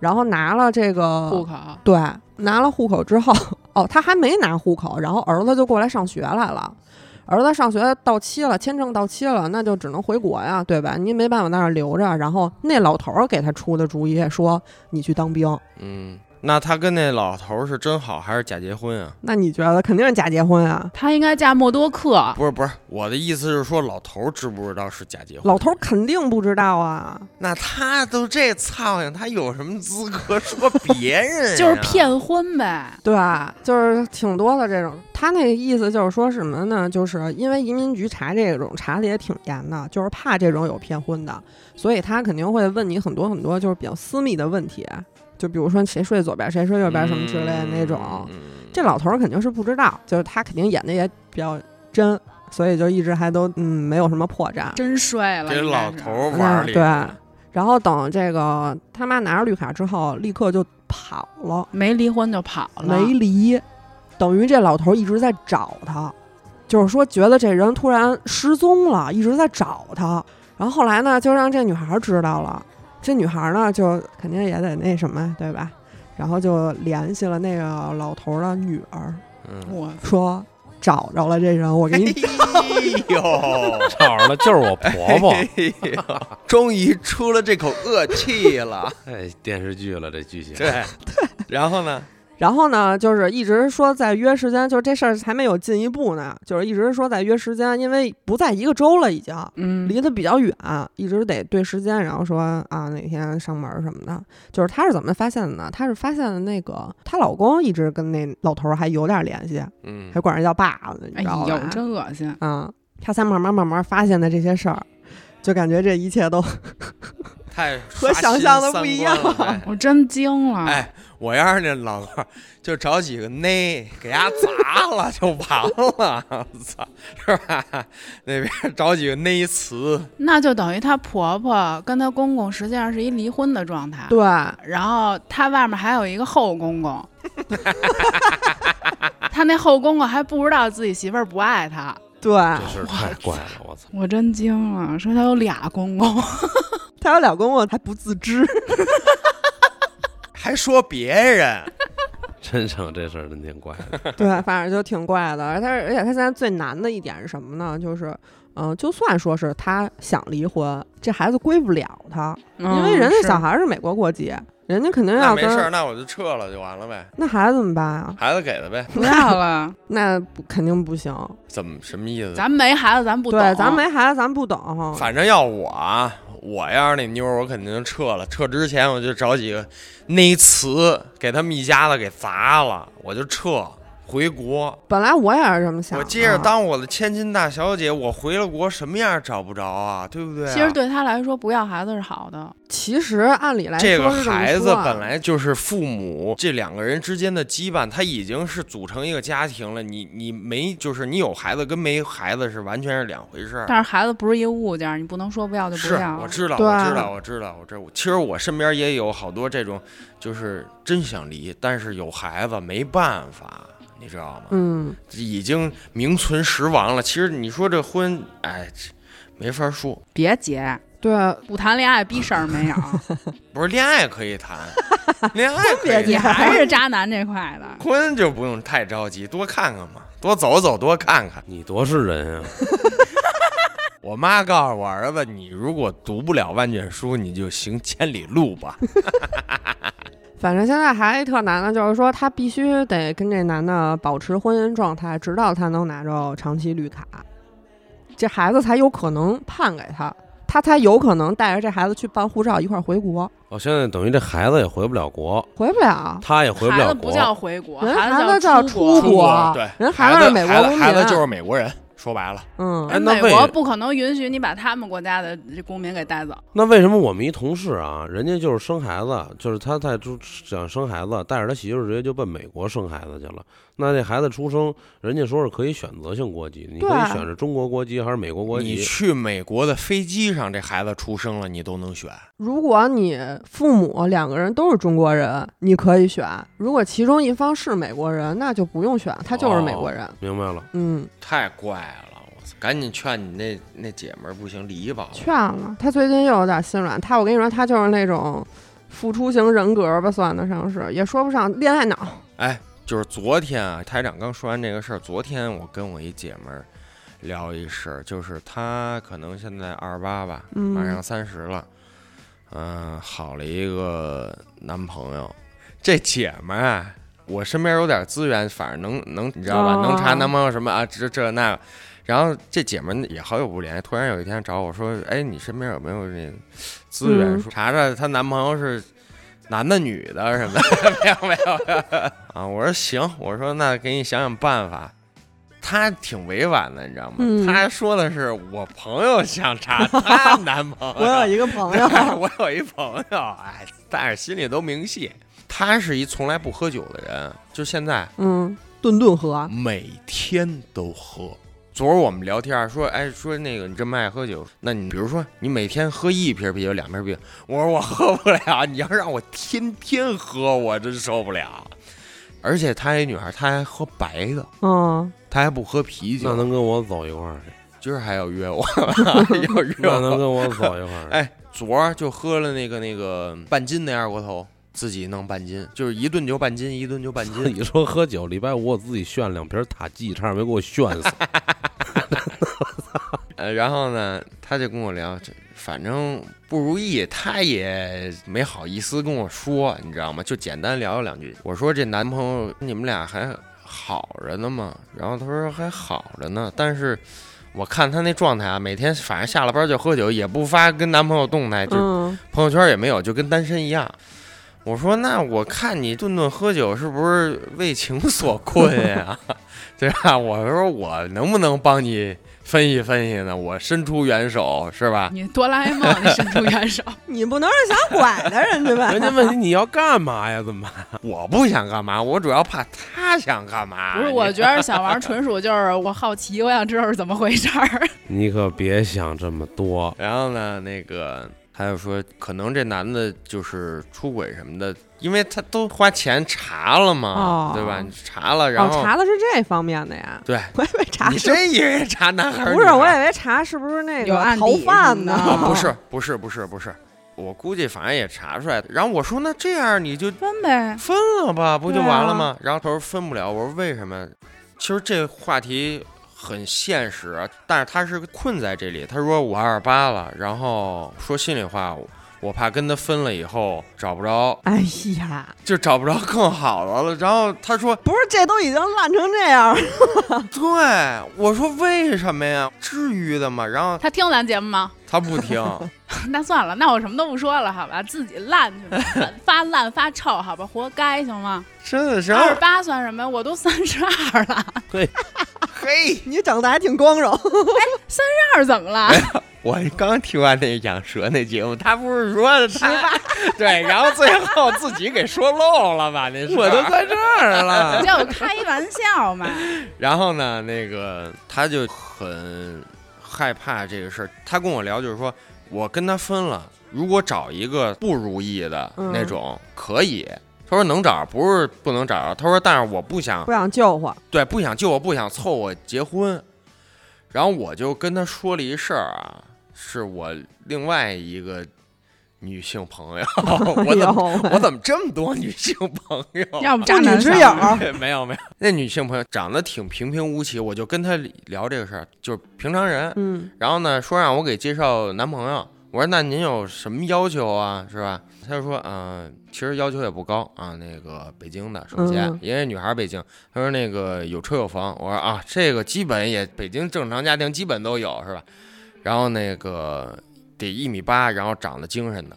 [SPEAKER 4] 然后拿了这个
[SPEAKER 5] 户口，
[SPEAKER 4] 对，拿了户口之后， 哦，他还没拿户口，然后儿子就过来上学来了。儿子上学到期了，签证到期了，那就只能回国呀，对吧？你没办法在那儿留着。然后那老头儿给他出的主意说：“你去当兵。
[SPEAKER 3] 嗯，那他跟那老头儿是真好还是假结婚啊？”
[SPEAKER 4] 那你觉得肯定是假结婚啊？
[SPEAKER 5] 他应该嫁默多克，
[SPEAKER 3] 不是不是，我的意思是说，老头儿知不知道是假结婚？
[SPEAKER 4] 老头儿，肯定不知道啊。
[SPEAKER 3] 那他都这操样，他有什么资格说别 人、
[SPEAKER 5] 就是，骗婚呗。
[SPEAKER 4] 对，就是挺多的这种。他那个意思就是说什么呢？就是因为移民局查这种查的也挺严的，就是怕这种有骗婚的，所以他肯定会问你很多很多就是比较私密的问题，就比如说谁睡左边，谁睡右边什么之类的那种。
[SPEAKER 3] 嗯
[SPEAKER 4] 这老头儿肯定是不知道，就是他肯定演的也比较真，所以就一直还都嗯没有什么破绽。
[SPEAKER 5] 真衰了，
[SPEAKER 3] 给
[SPEAKER 5] 应该
[SPEAKER 3] 老
[SPEAKER 5] 是
[SPEAKER 3] 头儿
[SPEAKER 4] 嗯
[SPEAKER 3] 玩儿里，
[SPEAKER 4] 对，然后等这个他妈拿着绿卡之后，立刻就跑了。
[SPEAKER 5] 没离婚就跑了，
[SPEAKER 4] 没离，等于这老头一直在找他，就是说觉得这人突然失踪了，一直在找他。然后后来呢，就让这女孩知道了，这女孩呢就肯定也得那什么，对吧？然后就联系了那个老头儿的女儿，
[SPEAKER 3] 嗯，
[SPEAKER 5] 我
[SPEAKER 4] 说找着了这人，我
[SPEAKER 3] 哎
[SPEAKER 4] 给你嗯
[SPEAKER 3] 呦，
[SPEAKER 6] 吵着了，就是我 婆婆。
[SPEAKER 3] 哎终于出了这口恶气了。
[SPEAKER 6] 哎，电视剧了这剧情，
[SPEAKER 3] 对，然后呢？
[SPEAKER 4] 然后呢，就是一直说在约时间，就是这事儿还没有进一步呢，就是一直说在约时间，因为不在一个州了，已经
[SPEAKER 5] 嗯，
[SPEAKER 4] 离得比较远，一直得对时间，然后说啊哪天上门什么的。就是她是怎么发现的呢？她是发现了那个她老公一直跟那老头儿还有点联系，
[SPEAKER 3] 嗯
[SPEAKER 4] 还管人叫爸呢，你
[SPEAKER 5] 哎
[SPEAKER 4] 知道吧？
[SPEAKER 5] 呦，真恶心。
[SPEAKER 4] 啊、她才慢慢慢慢发现的这些事儿，就感觉这一切都
[SPEAKER 3] 太
[SPEAKER 4] 和想象的不一样
[SPEAKER 3] 刷新三观了。
[SPEAKER 5] 我真惊了，
[SPEAKER 3] 哎，我要是那老头儿，就找几个内给他砸了就完了，操，是吧？那边找几个内词，
[SPEAKER 5] 那就等于她婆婆跟她公公实际上是一离婚的状态，
[SPEAKER 4] 对，
[SPEAKER 5] 然后她外面还有一个后 公公，她那后公公还不知道自己媳妇儿不爱他，
[SPEAKER 4] 对，
[SPEAKER 6] 这事儿太怪了，我操！
[SPEAKER 5] 我真惊了，说她有俩公公，
[SPEAKER 4] 她有俩公公还不自知，
[SPEAKER 3] 还说别人，
[SPEAKER 6] 真成这事儿真挺怪的。
[SPEAKER 4] 对，反正就挺怪的。但是而且她现在最难的一点是什么呢？就是，嗯、就算说是她想离婚，这孩子归不了她，
[SPEAKER 5] 嗯
[SPEAKER 4] 因为人家小
[SPEAKER 5] 想，
[SPEAKER 4] 孩嗯儿是美国国籍，人家肯定
[SPEAKER 3] 那
[SPEAKER 4] 要
[SPEAKER 3] 没
[SPEAKER 4] 跟
[SPEAKER 3] 事儿，那我就撤了就完了呗，
[SPEAKER 4] 那孩子怎么办啊？
[SPEAKER 3] 孩子给的呗，
[SPEAKER 5] 不要了，
[SPEAKER 4] 那不肯定不行。
[SPEAKER 3] 怎么什么意思？
[SPEAKER 5] 咱没孩子，咱不懂，
[SPEAKER 4] 对，咱没孩子，咱不懂。
[SPEAKER 3] 反正要我啊，我要是那妞儿，我肯定撤了。撤之前我就找几个内词给他们一家子给砸了，我就撤回国。
[SPEAKER 4] 本来我也是这么想
[SPEAKER 3] 我
[SPEAKER 4] 的，
[SPEAKER 3] 接着当我的千金大小姐，我回了国什么样找不着啊？对不对、啊？
[SPEAKER 5] 其实对她来说，不要孩子是好的，
[SPEAKER 4] 其实按理来说
[SPEAKER 3] 这
[SPEAKER 4] 是
[SPEAKER 3] 个
[SPEAKER 4] 么
[SPEAKER 3] 孩子
[SPEAKER 4] 说啊
[SPEAKER 3] 本来就是父母这两个人之间的羁绊，他已经是组成一个家庭了。你你没就是你有孩子跟没孩子是完全是两回事儿。
[SPEAKER 5] 但是孩子不是一物件，你不能说不要就是不要。
[SPEAKER 3] 我知道，
[SPEAKER 4] 对
[SPEAKER 3] 我
[SPEAKER 4] 啊
[SPEAKER 3] 知道，我知道，我这其实我身边也有好多这种，就是真想离，但是有孩子没办法，你知道吗？
[SPEAKER 4] 嗯，
[SPEAKER 3] 已经名存实亡了。其实你说这婚，哎，这没法说。
[SPEAKER 5] 别结，
[SPEAKER 4] 对，
[SPEAKER 5] 不谈恋爱逼事儿没有，
[SPEAKER 3] 不是恋爱可以谈，恋爱可
[SPEAKER 4] 别
[SPEAKER 3] 以
[SPEAKER 5] 你
[SPEAKER 4] 介
[SPEAKER 3] 谈，
[SPEAKER 5] 还是渣男这块的。
[SPEAKER 3] 婚就不用太着急，多看看嘛，多走走，多看看。
[SPEAKER 6] 你多是人啊！
[SPEAKER 3] 我妈告诉我儿子，你如果读不了万卷书，你就行千里路吧。
[SPEAKER 4] 反正现在还特难的，就是说她必须得跟这男的保持婚姻状态，直到她能拿着长期绿卡，这孩子才有可能判给她，她才有可能带着这孩子去办护照一块儿回国，
[SPEAKER 6] 哦，现在等于这孩子也回不了国，
[SPEAKER 4] 回不了。
[SPEAKER 6] 他也回
[SPEAKER 5] 孩
[SPEAKER 6] 了
[SPEAKER 5] 子不
[SPEAKER 6] 国。
[SPEAKER 5] 叫回国，
[SPEAKER 4] 人
[SPEAKER 5] 孩
[SPEAKER 4] 孩子叫
[SPEAKER 5] 出
[SPEAKER 4] 出
[SPEAKER 3] 出国哎
[SPEAKER 4] 国，
[SPEAKER 3] 对
[SPEAKER 4] 人
[SPEAKER 3] 孩
[SPEAKER 4] 孩
[SPEAKER 3] 子
[SPEAKER 4] 是美国
[SPEAKER 3] 孩
[SPEAKER 4] 公
[SPEAKER 3] 子
[SPEAKER 4] 民，
[SPEAKER 3] 孩子就是美国人，说白了，
[SPEAKER 4] 嗯，
[SPEAKER 6] 哎那
[SPEAKER 5] 美
[SPEAKER 6] 为
[SPEAKER 5] 国不可能允许你把他们国家的这公民给带走。
[SPEAKER 6] 那为什么我们一同事啊，人家就是生孩子，就是他在出想生孩子，带着他媳妇儿直接就奔美国生孩子去了。那这孩子出生，人家说是可以选择性国籍，你可
[SPEAKER 4] 对啊
[SPEAKER 6] 以选是中国国籍还是美国国
[SPEAKER 3] 你
[SPEAKER 6] 籍。
[SPEAKER 3] 去美国的飞机上，这孩子出生了，你都能选。
[SPEAKER 4] 如果你父母两个人都是中国人，你可以选；如果其中一方是美国人，那就不用选，他就是美国人。
[SPEAKER 6] 明白了，
[SPEAKER 4] 嗯，
[SPEAKER 3] 太怪了，我操！赶紧劝你那那姐们儿，不行离吧。
[SPEAKER 4] 劝了他，最近又有点心软。他，我跟你说，他就是那种付出型人格吧，算得上是，也说不上 恋爱脑。
[SPEAKER 3] 哎，就是昨天啊，台长刚说完这个事儿，昨天我跟我一姐们儿聊一事儿，就是她可能现在二十八吧，
[SPEAKER 4] 嗯
[SPEAKER 3] 马上三十了，嗯、好了一个男朋友。这姐们儿啊，我身边有点资源，反正能能你知道吧，
[SPEAKER 4] 哦
[SPEAKER 3] 能查男朋友什么啊，这这那。然后这姐们儿也好久不联系，突然有一天找我说：“哎，你身边有没有那个资源？
[SPEAKER 4] 嗯
[SPEAKER 3] 说查查她男朋友是男的、女的什么的？”没有没有没有啊！我说行，我说那给你想想办法。她挺委婉的，你知道吗？
[SPEAKER 4] 嗯
[SPEAKER 3] 她说的是我朋友想查她男朋友，
[SPEAKER 4] 一个朋
[SPEAKER 3] 我有一朋友，哎，但是心里都明细。他是一从来不喝酒的人，就现在
[SPEAKER 4] 嗯，顿顿喝，
[SPEAKER 3] 每天都喝。昨儿我们聊天儿说，哎，说那个你这么爱喝酒，那你比如说你每天喝一瓶啤酒、两瓶啤酒，我说我喝不了，你要让我天天喝，我真受不了。而且她一女孩，她还喝白的，
[SPEAKER 4] 嗯，
[SPEAKER 3] 她还不喝啤
[SPEAKER 6] 那
[SPEAKER 3] 酒，
[SPEAKER 6] 能跟我走一 块儿去？
[SPEAKER 3] 今儿还要约我， 要约
[SPEAKER 6] 那能
[SPEAKER 3] 我。
[SPEAKER 6] 跟我走一块儿去？
[SPEAKER 3] 哎，昨儿就喝了那个那个半斤那二锅头，自己弄半斤，就是一顿就半斤，一顿就半斤。
[SPEAKER 6] 你说喝酒，礼拜五我自己炫两瓶塔基，差点没给我炫死。
[SPEAKER 3] 呃，然后呢，他就跟我聊，这反正不如意，他也没好意思跟我说，你知道吗？就简单聊了两句。我说这男朋友你们俩还好着呢吗？然后他说还好着呢，但是我看他那状态啊，每天反正下了班就喝酒，也不发跟男朋友动态，就
[SPEAKER 4] 嗯，
[SPEAKER 3] 朋友圈也没有，就跟单身一样。我说那我看你顿顿喝酒，是不是为情所困呀、 对吧？我说我能不能帮你分析分析呢？我伸出援手，是吧？
[SPEAKER 5] 你哆啦 A 梦，你伸出援 手，
[SPEAKER 4] 你不能是想拐的人家吧？
[SPEAKER 6] 人家问你你要干嘛呀？怎么办？
[SPEAKER 3] 我不想干嘛，我主要怕他想干
[SPEAKER 6] 啊
[SPEAKER 3] 嘛。
[SPEAKER 5] 不是？
[SPEAKER 3] 你
[SPEAKER 5] 我觉得小王纯属就是我好奇，我想知道是怎么回事儿。
[SPEAKER 6] 你可别想这么 多。
[SPEAKER 3] 然后呢，那个他就说，可能这男的就是出轨什么的，因为他都花钱查了嘛，
[SPEAKER 4] 哦
[SPEAKER 3] 对吧？查了， 然
[SPEAKER 4] 哦，
[SPEAKER 3] 后、
[SPEAKER 4] 查的是这方面的呀，
[SPEAKER 3] 对，
[SPEAKER 4] 我以为查
[SPEAKER 3] 你
[SPEAKER 4] 是
[SPEAKER 3] 真以为查男孩儿
[SPEAKER 4] 不是，
[SPEAKER 3] 女孩
[SPEAKER 4] 我
[SPEAKER 3] 儿
[SPEAKER 4] 以为查是不是那
[SPEAKER 5] 有
[SPEAKER 4] 个
[SPEAKER 5] 案
[SPEAKER 4] 逃
[SPEAKER 5] 底
[SPEAKER 4] 犯呢
[SPEAKER 5] 什么？的
[SPEAKER 3] 啊哦不是，不是，不是，不是，我估计反正也查出来的。然后我说那这样你就
[SPEAKER 5] 分呗，
[SPEAKER 3] 分了吧，不就
[SPEAKER 4] 对啊
[SPEAKER 3] 完了吗？然后他说分不了，我说为什么？其实这话题很现实，啊但是他是困在这里。他说我二八了，然后说心里话，我我怕跟他分了以后找不着，
[SPEAKER 4] 哎呀，
[SPEAKER 3] 就找不着更好的了。然后他说
[SPEAKER 4] 不是，这都已经烂成这样 了，
[SPEAKER 3] 对，我说为什么呀？至于的吗？然后
[SPEAKER 5] 他听咱节目吗？
[SPEAKER 3] 他不听。
[SPEAKER 5] 那算了，那我什么都不说了，好吧，自己烂去吧， 发烂发臭，好吧，活该行吗？
[SPEAKER 3] 真的是，
[SPEAKER 5] 二十八算什么？我都三十二 了，
[SPEAKER 3] 嘿，
[SPEAKER 4] 你长得还挺光荣。
[SPEAKER 5] 这儿怎么了？
[SPEAKER 3] 我刚听完那养蛇那节目，他不是说他 对，然后最后自己给说漏了吧？那
[SPEAKER 6] 我都在这儿了，
[SPEAKER 5] 就开玩笑嘛。
[SPEAKER 3] 然后呢，那个他就很害怕这个事儿。他跟我聊，就是说我跟他分了，如果找一个不如意的
[SPEAKER 4] 嗯
[SPEAKER 3] 那种、可以。他说能找，不是不能找。他说，但是我不想
[SPEAKER 4] 不想救火，
[SPEAKER 3] 对，不想就我不想凑合结婚。然后我就跟他说了一事儿啊，是我另外一个女性朋友， 我怎么
[SPEAKER 4] 哎呦
[SPEAKER 3] 我怎么这么多女性朋友？
[SPEAKER 5] 要不
[SPEAKER 4] 妇
[SPEAKER 5] 渣男
[SPEAKER 4] 女之
[SPEAKER 5] 上
[SPEAKER 4] 友，
[SPEAKER 3] 没有没有，那女性朋友长得挺平平无奇，我就跟她聊这个事儿，就是平常人。
[SPEAKER 4] 嗯，
[SPEAKER 3] 然后呢，说让我给介绍男朋友，我说那您有什么要求啊，是吧？他就说，嗯、其实要求也不高啊，那个北京的，首先、
[SPEAKER 4] 嗯
[SPEAKER 3] 因为女孩儿北京，他说那个有车有房，我说啊，这个基本也北京正常家庭基本都有，是吧？然后那个得一米八，然后长得精神的，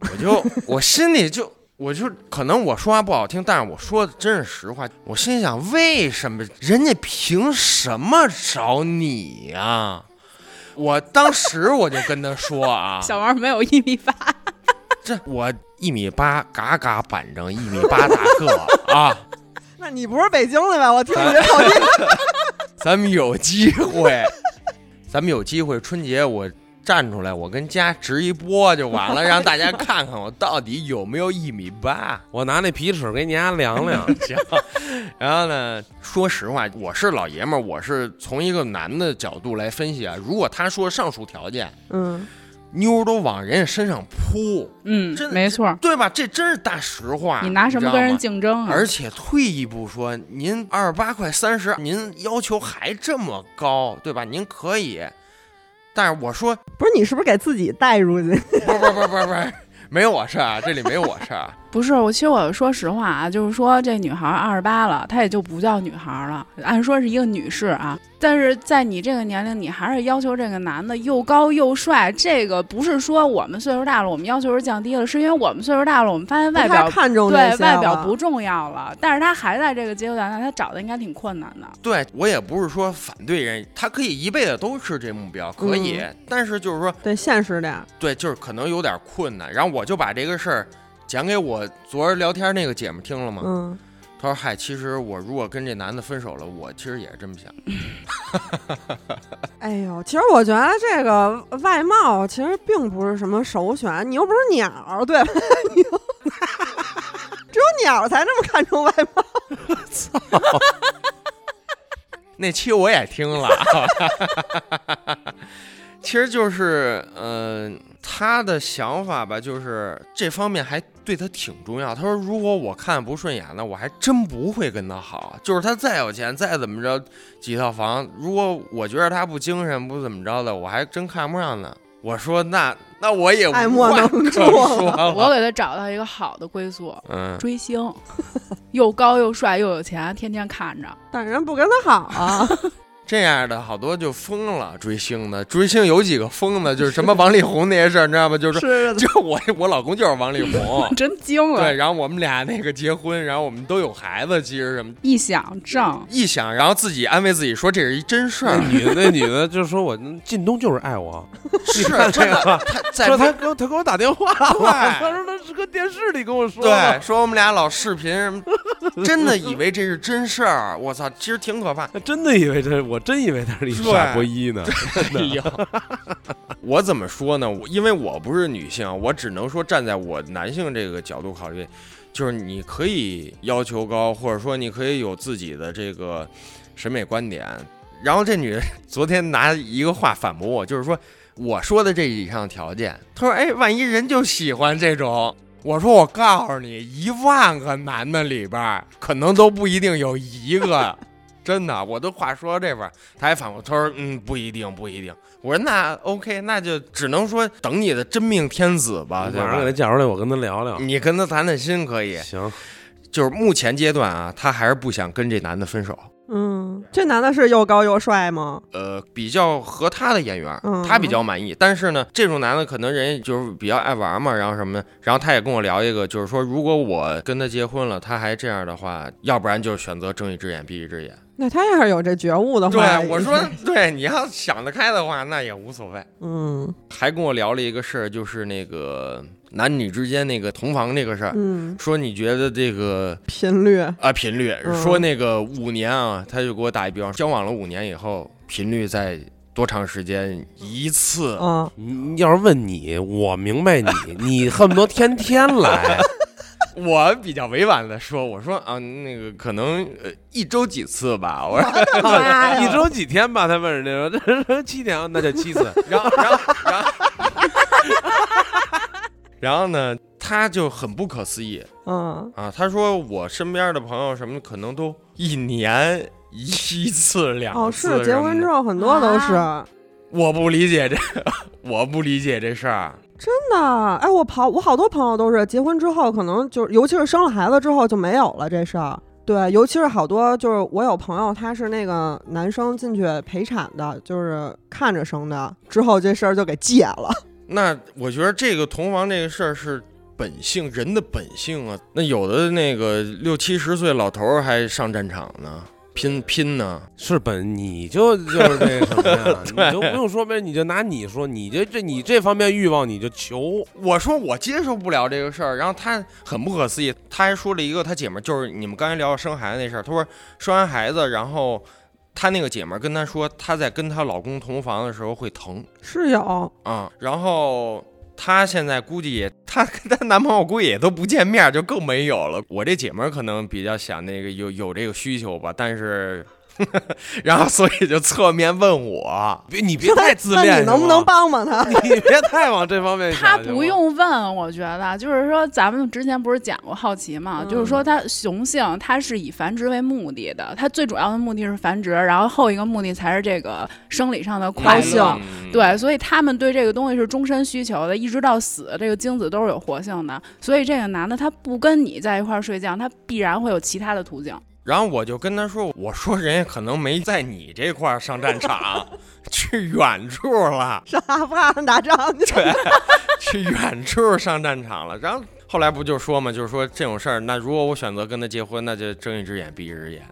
[SPEAKER 3] 我就我心里就。我就可能我说话不好听，但是我说的真是实话。我心想，为什么人家凭什么找你呀、我当时我就跟他说啊
[SPEAKER 5] ，小王没有一米八，
[SPEAKER 3] 这我一米八，嘎嘎板正，一米八大个啊，
[SPEAKER 4] 那你不是北京的吧？我听 你这口音，
[SPEAKER 3] 咱们有机会，咱们有机会，春节我站出来，我跟家直一波就完了，让大家看看我到底有没有一米八。
[SPEAKER 6] 我拿那皮尺给你家量量。
[SPEAKER 3] 行，然后呢，说实话，我是老爷们儿，我是从一个男的角度来分析啊。如果他说上述条件，
[SPEAKER 4] 嗯，
[SPEAKER 3] 妞儿都往人家身上扑，
[SPEAKER 5] 嗯
[SPEAKER 3] 真的
[SPEAKER 5] 没错。
[SPEAKER 3] 对吧？这真是大实话。
[SPEAKER 5] 你拿什么
[SPEAKER 3] 知道
[SPEAKER 5] 跟人
[SPEAKER 3] 吗
[SPEAKER 5] 竞争啊？
[SPEAKER 3] 而且退一步说，您二十八块三十，您要求还这么高，对吧？您可以，但是我说
[SPEAKER 4] 不是你是不是给自己带入去？
[SPEAKER 3] 不不不不不，没有我事儿啊，这里没有我事儿啊。
[SPEAKER 5] 不是，我其实我说实话啊，就是说这女孩二十八了，她也就不叫女孩了，按说是一个女士啊。但是在你这个年龄，你还是要求这个男的又高又帅，这个不是说我们岁数大了，我们要求是降低了，是因为我们岁数大了，我们发现外
[SPEAKER 4] 不
[SPEAKER 5] 表
[SPEAKER 4] 太看重
[SPEAKER 5] 对
[SPEAKER 4] 这些
[SPEAKER 5] 外表
[SPEAKER 4] 了
[SPEAKER 5] 不重要了。但是他还在这个阶段，那他找的应该挺困难的。
[SPEAKER 3] 对我也不是说反对人，他可以一辈子都是这目标，可以，
[SPEAKER 5] 嗯
[SPEAKER 3] 但是就是说，
[SPEAKER 4] 对现实点儿，
[SPEAKER 3] 对，就是可能有点困难。然后我就把这个事儿讲给我昨儿聊天那个姐们儿听了嘛，
[SPEAKER 4] 嗯，
[SPEAKER 3] 她说：“嗨，其实我如果跟这男的分手了，我其实也是这么想。
[SPEAKER 4] 哎呦，其实我觉得这个外貌其实并不是什么首选，你又 不是鸟儿，对吧？你又只有鸟儿才这么看重外貌，
[SPEAKER 3] 那期我也听了， 其实就是，嗯、他的想法吧，就是这方面还对他挺重要。他说，如果我看不顺眼呢，我还真不会跟他好。就是他再有钱，再怎么着几套房，如果我觉得他不精神，不怎么着的，我还真看不上呢。我说那那我也无
[SPEAKER 4] 爱莫
[SPEAKER 3] 话
[SPEAKER 4] 能
[SPEAKER 3] 可
[SPEAKER 4] 助
[SPEAKER 3] 说了。
[SPEAKER 5] 我给他找到一个好的归宿，
[SPEAKER 3] 嗯，
[SPEAKER 5] 追星， 又高又帅又有钱，天天看着。，
[SPEAKER 4] 但人不跟他好啊，
[SPEAKER 3] 这样的好多就疯了，追星的追星有几个疯的，就是什么王力宏那些事儿，你知道吗？就是说
[SPEAKER 4] 是的，
[SPEAKER 3] 就我 我老公就是王力宏
[SPEAKER 5] 真惊
[SPEAKER 3] 对，
[SPEAKER 5] 了！
[SPEAKER 3] 然后我们俩那个结婚，然后我们都有孩子，其实什么
[SPEAKER 5] 一想正，
[SPEAKER 3] 一想，然后自己安慰自己说这是一真事
[SPEAKER 6] 那
[SPEAKER 3] 儿，
[SPEAKER 6] 女的那女的就说我靳东就是爱我，
[SPEAKER 3] 是
[SPEAKER 6] 看
[SPEAKER 3] 真
[SPEAKER 6] 这
[SPEAKER 3] 的
[SPEAKER 6] 个，
[SPEAKER 3] 他在
[SPEAKER 6] 说他给我他给我打电话了，
[SPEAKER 3] 对
[SPEAKER 6] 他说他是跟电视里跟我说
[SPEAKER 3] 对
[SPEAKER 6] 的，
[SPEAKER 3] 说我们俩老视频什么，真的以为这是真事儿，我操，其实挺可 怕。
[SPEAKER 6] 他真的以为这我真以为他是一傻波一呢，
[SPEAKER 3] 哎呦，我怎么说呢？我因为我不是女性，我只能说站在我男性这个角度考虑，就是你可以要求高，或者说你可以有自己的这个审美观点。然后这女人 昨天拿一个话反驳我，就是说我说的这以上条件，她说：“哎，万一人就喜欢这种。”我说：“我告诉你，一万个男的里边儿，可能都不一定有一个。”真的，我都话说到这边儿，他还反驳，他说：“嗯，不一定，不一定。”我说：“那 OK，那就只能说等你的真命天子吧，对
[SPEAKER 6] 晚上给
[SPEAKER 3] 吧？
[SPEAKER 6] 他叫出来，我跟他聊聊。
[SPEAKER 3] 你跟他谈谈心可以。
[SPEAKER 6] 行，
[SPEAKER 3] 就是目前阶段啊，他还是不想跟这男的分手。
[SPEAKER 4] 嗯，这男的是又高又帅吗？
[SPEAKER 3] 呃，比较合他的眼缘，
[SPEAKER 4] 嗯
[SPEAKER 3] 他比较满意。但是呢，这种男的可能人家就是比较爱玩嘛，然后什么的。然后他也跟我聊一个，就是说，如果我跟他结婚了，他还这样的话，要不然就选择睁一只眼闭一只眼。
[SPEAKER 4] 那他要是有这觉悟的话，
[SPEAKER 3] 对，我说， 对，你要想得开的话，那也无所谓。
[SPEAKER 4] 嗯
[SPEAKER 3] 还跟我聊了一个事儿，就是那个男女之间那个同房那个事儿，
[SPEAKER 4] 嗯，
[SPEAKER 3] 说你觉得这个
[SPEAKER 4] 频率
[SPEAKER 3] 啊频率，
[SPEAKER 4] 嗯
[SPEAKER 3] 说那个五年啊，他就给我打一比方，交往了五年以后，频率在多长时间一次？
[SPEAKER 4] 啊，
[SPEAKER 6] 你要是问你，我明白你，你恨不得天天来，
[SPEAKER 3] 我比较委婉的说，我说啊，那个可能呃一周几次吧，我
[SPEAKER 4] 哦
[SPEAKER 3] 说，
[SPEAKER 4] 妈
[SPEAKER 6] 一
[SPEAKER 4] 呀，
[SPEAKER 6] 周几天吧？他问人家说这七天，那就七次。
[SPEAKER 3] 然后然后然后，然后呢，他就很不可思议，
[SPEAKER 4] 嗯，
[SPEAKER 3] 啊，他说我身边的朋友什么可能都一年一次两次。
[SPEAKER 4] 哦，是结婚之，后很多都是、
[SPEAKER 3] 我不理解这， 我不理解这事儿。啊
[SPEAKER 4] 真的。哎，我跑，我好多朋友都是结婚之后，可能就尤其是生了孩子之后就没有了这事儿。对，尤其是好多就是我有朋友，他是那个男生进去陪产的，就是看着生的，之后这事儿就给戒了。
[SPEAKER 3] 那我觉得这个同房这个事儿是本性，人的本性啊。那有的那个六七十岁老头儿还上战场呢，拼拼呢。
[SPEAKER 6] 是本，你就就是那什么呀？你就不用说别人，你就拿你说，你这这你这方面欲望你就求，
[SPEAKER 3] 我说我接受不了这个事儿，然后他很不可思议，他还说了一个他姐们儿，就是你们刚才聊到生孩子那事儿，他说生完孩子，然后他那个姐们儿跟他说，她在跟她老公同房的时候会疼
[SPEAKER 4] 是有，
[SPEAKER 3] 啊、然后她现在估计也，她跟她男朋友估计也都不见面，就更没有了。我这姐们儿可能比较想那个有有这个需求吧，但是。 然后，所以就侧面问我，
[SPEAKER 6] 别你别太自 恋
[SPEAKER 4] 那，你能不能
[SPEAKER 6] 行吗？
[SPEAKER 4] 帮帮他？
[SPEAKER 6] 你别太往这方面想。
[SPEAKER 5] 他
[SPEAKER 6] 行
[SPEAKER 5] 不
[SPEAKER 6] 吗，
[SPEAKER 5] 用问，我觉得就是说，咱们之前不是讲过好奇嘛，
[SPEAKER 4] 嗯
[SPEAKER 5] 就是说它雄性它是以繁殖为目的的，它最主要的目的是繁殖，然后后一个目的才是这个生理上的快
[SPEAKER 4] 高
[SPEAKER 5] 乐。
[SPEAKER 4] 兴
[SPEAKER 3] 嗯，
[SPEAKER 5] 对，所以他们对这个东西是终身需求的，一直到死，这个精子都是有活性的。所以这个男的他不跟你在一块儿睡觉，他必然会有其他的途径。
[SPEAKER 3] 然后我就跟他说：“我说人家可能没在你这块儿上战场， 去远处了，
[SPEAKER 4] 上阿富汗打仗去？
[SPEAKER 3] 去远处上战场了。”然后后来不就说嘛，就是说这种事儿，那如果我选择跟他结婚，那就睁一只眼闭一只眼。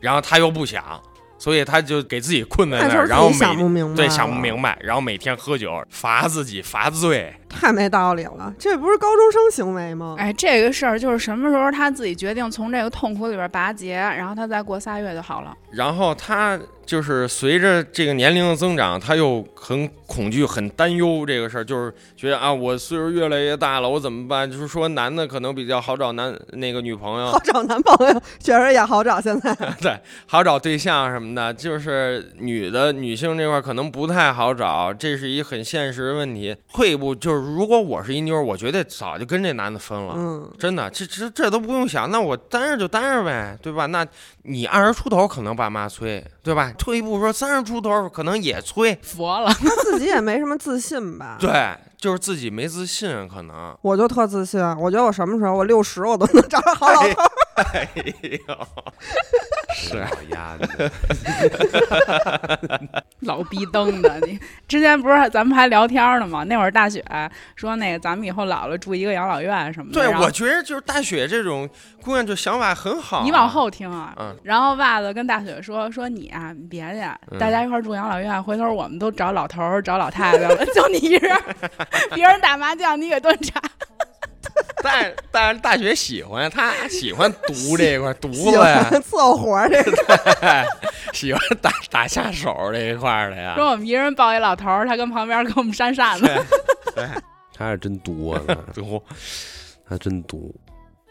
[SPEAKER 3] 然后他又不想，所以他就给自己困在
[SPEAKER 4] 那
[SPEAKER 3] 那
[SPEAKER 4] 就
[SPEAKER 3] 儿，
[SPEAKER 4] 是
[SPEAKER 3] 然后
[SPEAKER 4] 自己
[SPEAKER 3] 每
[SPEAKER 4] 想不明白，
[SPEAKER 3] 对想不明白，然后每天喝酒罚自己罚醉，
[SPEAKER 4] 太没道理了，这不是高中生行为吗？
[SPEAKER 5] 哎，这个事儿就是什么时候他自己决定从这个痛苦里边拔节，然后他再过仨月就好了。
[SPEAKER 3] 然后他就是随着这个年龄的增长，他又很恐惧、很担忧这个事儿，就是觉得啊，我岁数越来越大了，我怎么办？就是说男的可能比较好找男那个女朋友
[SPEAKER 4] 好，找男朋友，确实也好找。现在
[SPEAKER 3] 对，好找对象什么的，就是女的女性这块儿可能不太好找，这是一很现实的问题。退一步就是，如果我是一妞儿，我绝对早就跟这男的分了。
[SPEAKER 4] 嗯，
[SPEAKER 3] 真的，这这这都不用想，那我单着就单着呗，对吧？那你二十出头可能爸妈催，对吧？退一步说，三十出头可能也催，
[SPEAKER 5] 佛了，
[SPEAKER 4] 他自己也没什么自信吧？，
[SPEAKER 3] 对，就是自己没自信，可能。
[SPEAKER 4] 我就特自信，我觉得我什么时候我六十我都能找着好老头儿。
[SPEAKER 3] 哎呦， 是啊
[SPEAKER 6] 好丫的，
[SPEAKER 5] 老逼登的你。之前不是咱们还聊天呢吗？那会儿大雪说那个咱们以后老了住一个养老院什么的。
[SPEAKER 3] 对，
[SPEAKER 5] 然后
[SPEAKER 3] 我觉得就是大雪这种姑娘，就想法很好。
[SPEAKER 5] 你往，后听啊。
[SPEAKER 3] 嗯，
[SPEAKER 5] 然后袜子跟大雪说：“说你啊，你别去，大家一块儿住养老院，回头我们都找老头儿、找老太太了，就你一人儿，别人打麻将，你给端茶。
[SPEAKER 3] 但但是大雪喜欢，她喜欢读这一块，读
[SPEAKER 4] 喜
[SPEAKER 3] 了呀，
[SPEAKER 4] 欢 凑活 儿这个，
[SPEAKER 3] 喜欢打打下手这一块儿的呀。
[SPEAKER 5] 说我们一人抱一老头儿，他跟旁边给我们扇扇子。
[SPEAKER 6] 他还真毒啊， 他
[SPEAKER 3] 读，
[SPEAKER 6] 他真毒。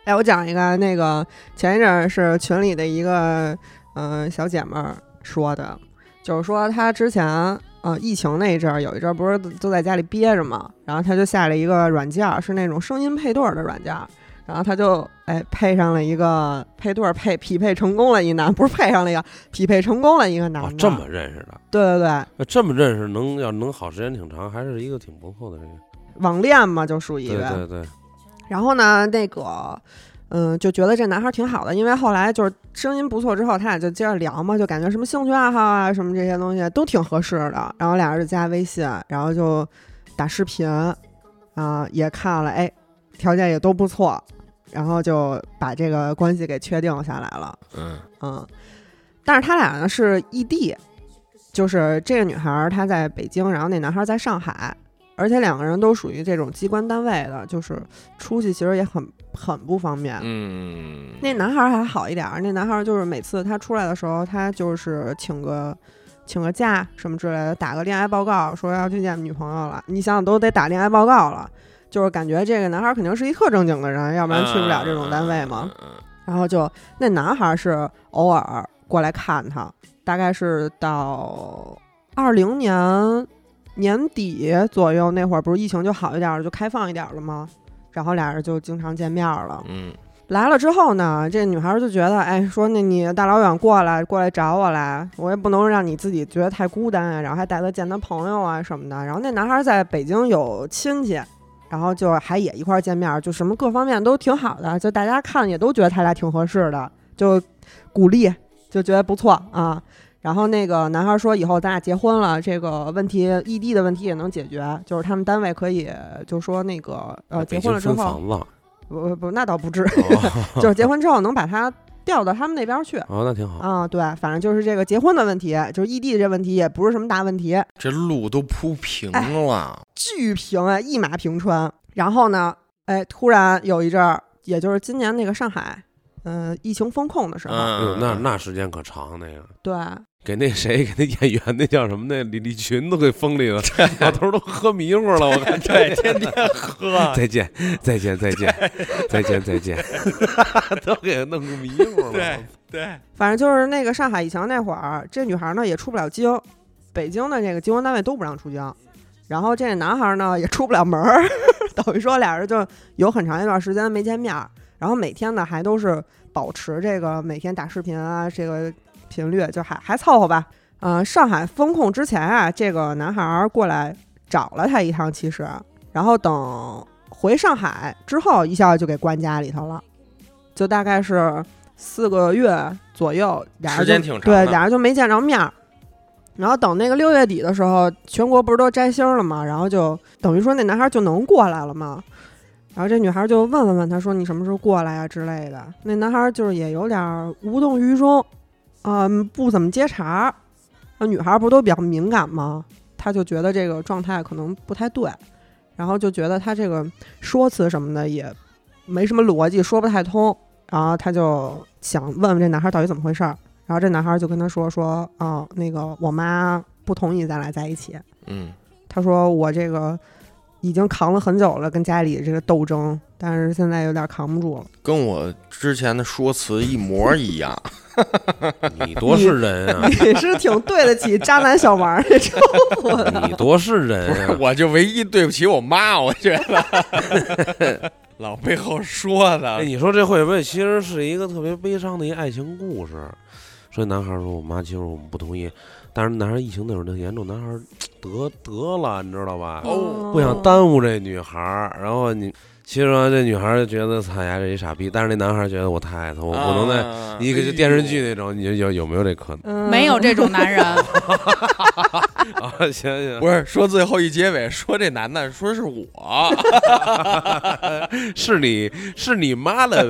[SPEAKER 4] 哎，我讲一个，那个前一阵儿是群里的一个嗯、呃小姐们儿说的，就是说她之前呃疫情那一阵儿，有一阵儿不是都在家里憋着嘛，然后她就下了一个软件儿，是那种声音配对儿的软件儿，然后她就哎配上了一个配对儿配匹配成功了一男，不是配上了一个匹配成功了一个男的，
[SPEAKER 6] 哦，这么认识的，
[SPEAKER 4] 对对对，
[SPEAKER 6] 那这么认识能要能好时间挺长，还是一个挺不错的人。
[SPEAKER 4] 网恋嘛就属于
[SPEAKER 6] 对对
[SPEAKER 4] 哦
[SPEAKER 6] 对，
[SPEAKER 4] 然后呢，那个，嗯，就觉得这男孩儿挺好的，因为后来就是声音不错，之后他俩就接着聊嘛，就感觉什么兴趣爱好啊，什么这些东西都挺合适的。然后俩人就加微信，然后就打视频，啊、也看了，哎，条件也都不错，然后就把这个关系给确定下来了。
[SPEAKER 3] 嗯，
[SPEAKER 4] 嗯，但是他俩呢是异地，就是这个女孩儿她在北京，然后那男孩儿在上海，而且两个人都属于这种机关单位的，就是出去其实也很很不方便。
[SPEAKER 3] 嗯，
[SPEAKER 4] 那男孩儿还好一点儿，那男孩儿就是每次他出来的时候，他就是请个请个假什么之类的，打个恋爱报告，说要去见女朋友了。你想想，都得打恋爱报告了，就是感觉这个男孩儿肯定是一特正经的人，要不然去不了这种单位嘛。
[SPEAKER 3] 嗯。嗯嗯嗯
[SPEAKER 4] 然后就那男孩是偶尔过来看他，大概是到二零年年底左右那会儿，不是疫情就好一点了，就开放一点了吗？然后俩人就经常见面了。
[SPEAKER 3] 嗯
[SPEAKER 4] 来了之后呢，这女孩就觉得，哎，说那你大老远过来过来找我来，我也不能让你自己觉得太孤单啊，然后还带她见她朋友啊什么的。然后那男孩在北京有亲戚，然后就还也一块儿见面，就什么各方面都挺好的，就大家看也都觉得他俩挺合适的，就鼓励，就觉得不错啊。然后那个男孩说，以后咱俩结婚了，这个问题异地的问题也能解决，就是他们单位可以就说那个呃结婚
[SPEAKER 6] 北京
[SPEAKER 4] 了之
[SPEAKER 6] 分
[SPEAKER 4] 后，
[SPEAKER 6] 房子，
[SPEAKER 4] 不不不，那倒不至于。
[SPEAKER 6] 哦
[SPEAKER 4] 就是结婚之后能把他调到他们那边去
[SPEAKER 6] 哦，那挺好。
[SPEAKER 4] 啊。对，反正就是这个结婚的问题，就是异地这问题也不是什么大问题，
[SPEAKER 3] 这路都铺平
[SPEAKER 4] 哎
[SPEAKER 3] 了，
[SPEAKER 4] 巨平啊，一马平川。然后呢，哎，突然有一阵儿，也就是今年那个上海，嗯、疫情封控的时候，
[SPEAKER 6] 嗯，那
[SPEAKER 3] 嗯
[SPEAKER 6] 那时间可长，那个
[SPEAKER 4] 对，
[SPEAKER 6] 给那谁给那演员那叫什么那李立群都给封里 了，老头儿都喝迷糊了，我 看
[SPEAKER 3] 对，天天喝，
[SPEAKER 6] 再见再见再见再见再 见，都给弄迷糊了。
[SPEAKER 3] 对对，
[SPEAKER 4] 反正就是那个上海疫情那会儿，这女孩呢也出不了京，北京的这个机关单位都不让出京，然后这男孩呢也出不了门儿， 等于说俩人就有很长一段时间没见面儿，然后每天呢还都是保持这个每天打视频啊这个频率，就还还凑合吧。嗯、上海封控之前啊，这个男孩儿过来找了她一趟，其实，然后等回上海之后，一下就给关家里头了，就大概是四个月左右，俩人
[SPEAKER 3] 时间
[SPEAKER 4] 就
[SPEAKER 3] 挺长
[SPEAKER 4] 对，
[SPEAKER 3] 的
[SPEAKER 4] 俩人就没见着面儿。然后等那个六月底的时候，全国不是都摘星了嘛，然后就等于说那男孩就能过来了嘛。然后这女孩就问了问他说：“你什么时候过来呀、之类的。那男孩就是也有点儿无动于衷，嗯，不怎么接茬儿。那女孩不都比较敏感吗？他就觉得这个状态可能不太对，然后就觉得他这个说辞什么的也没什么逻辑，说不太通。然后他就想问问这男孩到底怎么回事儿。然后这男孩就跟他说说，哦，那个我妈不同意咱俩在一起。
[SPEAKER 3] 嗯
[SPEAKER 4] 他说我这个已经扛了很久了，跟家里这个斗争，但是现在有点扛不住了。
[SPEAKER 3] 跟我之前的说辞一模一样。
[SPEAKER 6] 你多是人啊！
[SPEAKER 4] 也是挺对得起渣男小王这招呼的。
[SPEAKER 6] 你多是人
[SPEAKER 3] 不 是，
[SPEAKER 6] 啊！
[SPEAKER 3] 我就唯一对不起我妈，我觉得老背后说
[SPEAKER 6] 哎，
[SPEAKER 3] 的，
[SPEAKER 6] 你说这会不会其实是一个特别悲伤的一爱情故事？说男孩说：“我妈其实我们不同意，但是男孩疫情那会儿特严重，男孩得得了，你知道吧？
[SPEAKER 3] 哦
[SPEAKER 6] 不想耽误这女孩儿。然后你其实说这女孩儿就觉得操呀，这一傻逼，但是那男孩儿觉得我太爱她，我不能再
[SPEAKER 3] 啊
[SPEAKER 6] 一个就电视剧那种，你就有有没有这可能
[SPEAKER 4] 嗯
[SPEAKER 5] 没有这种男人，
[SPEAKER 6] 啊？行行，
[SPEAKER 3] 哎不是说最后一结尾说这男的说是我，
[SPEAKER 6] 是你是你妈 的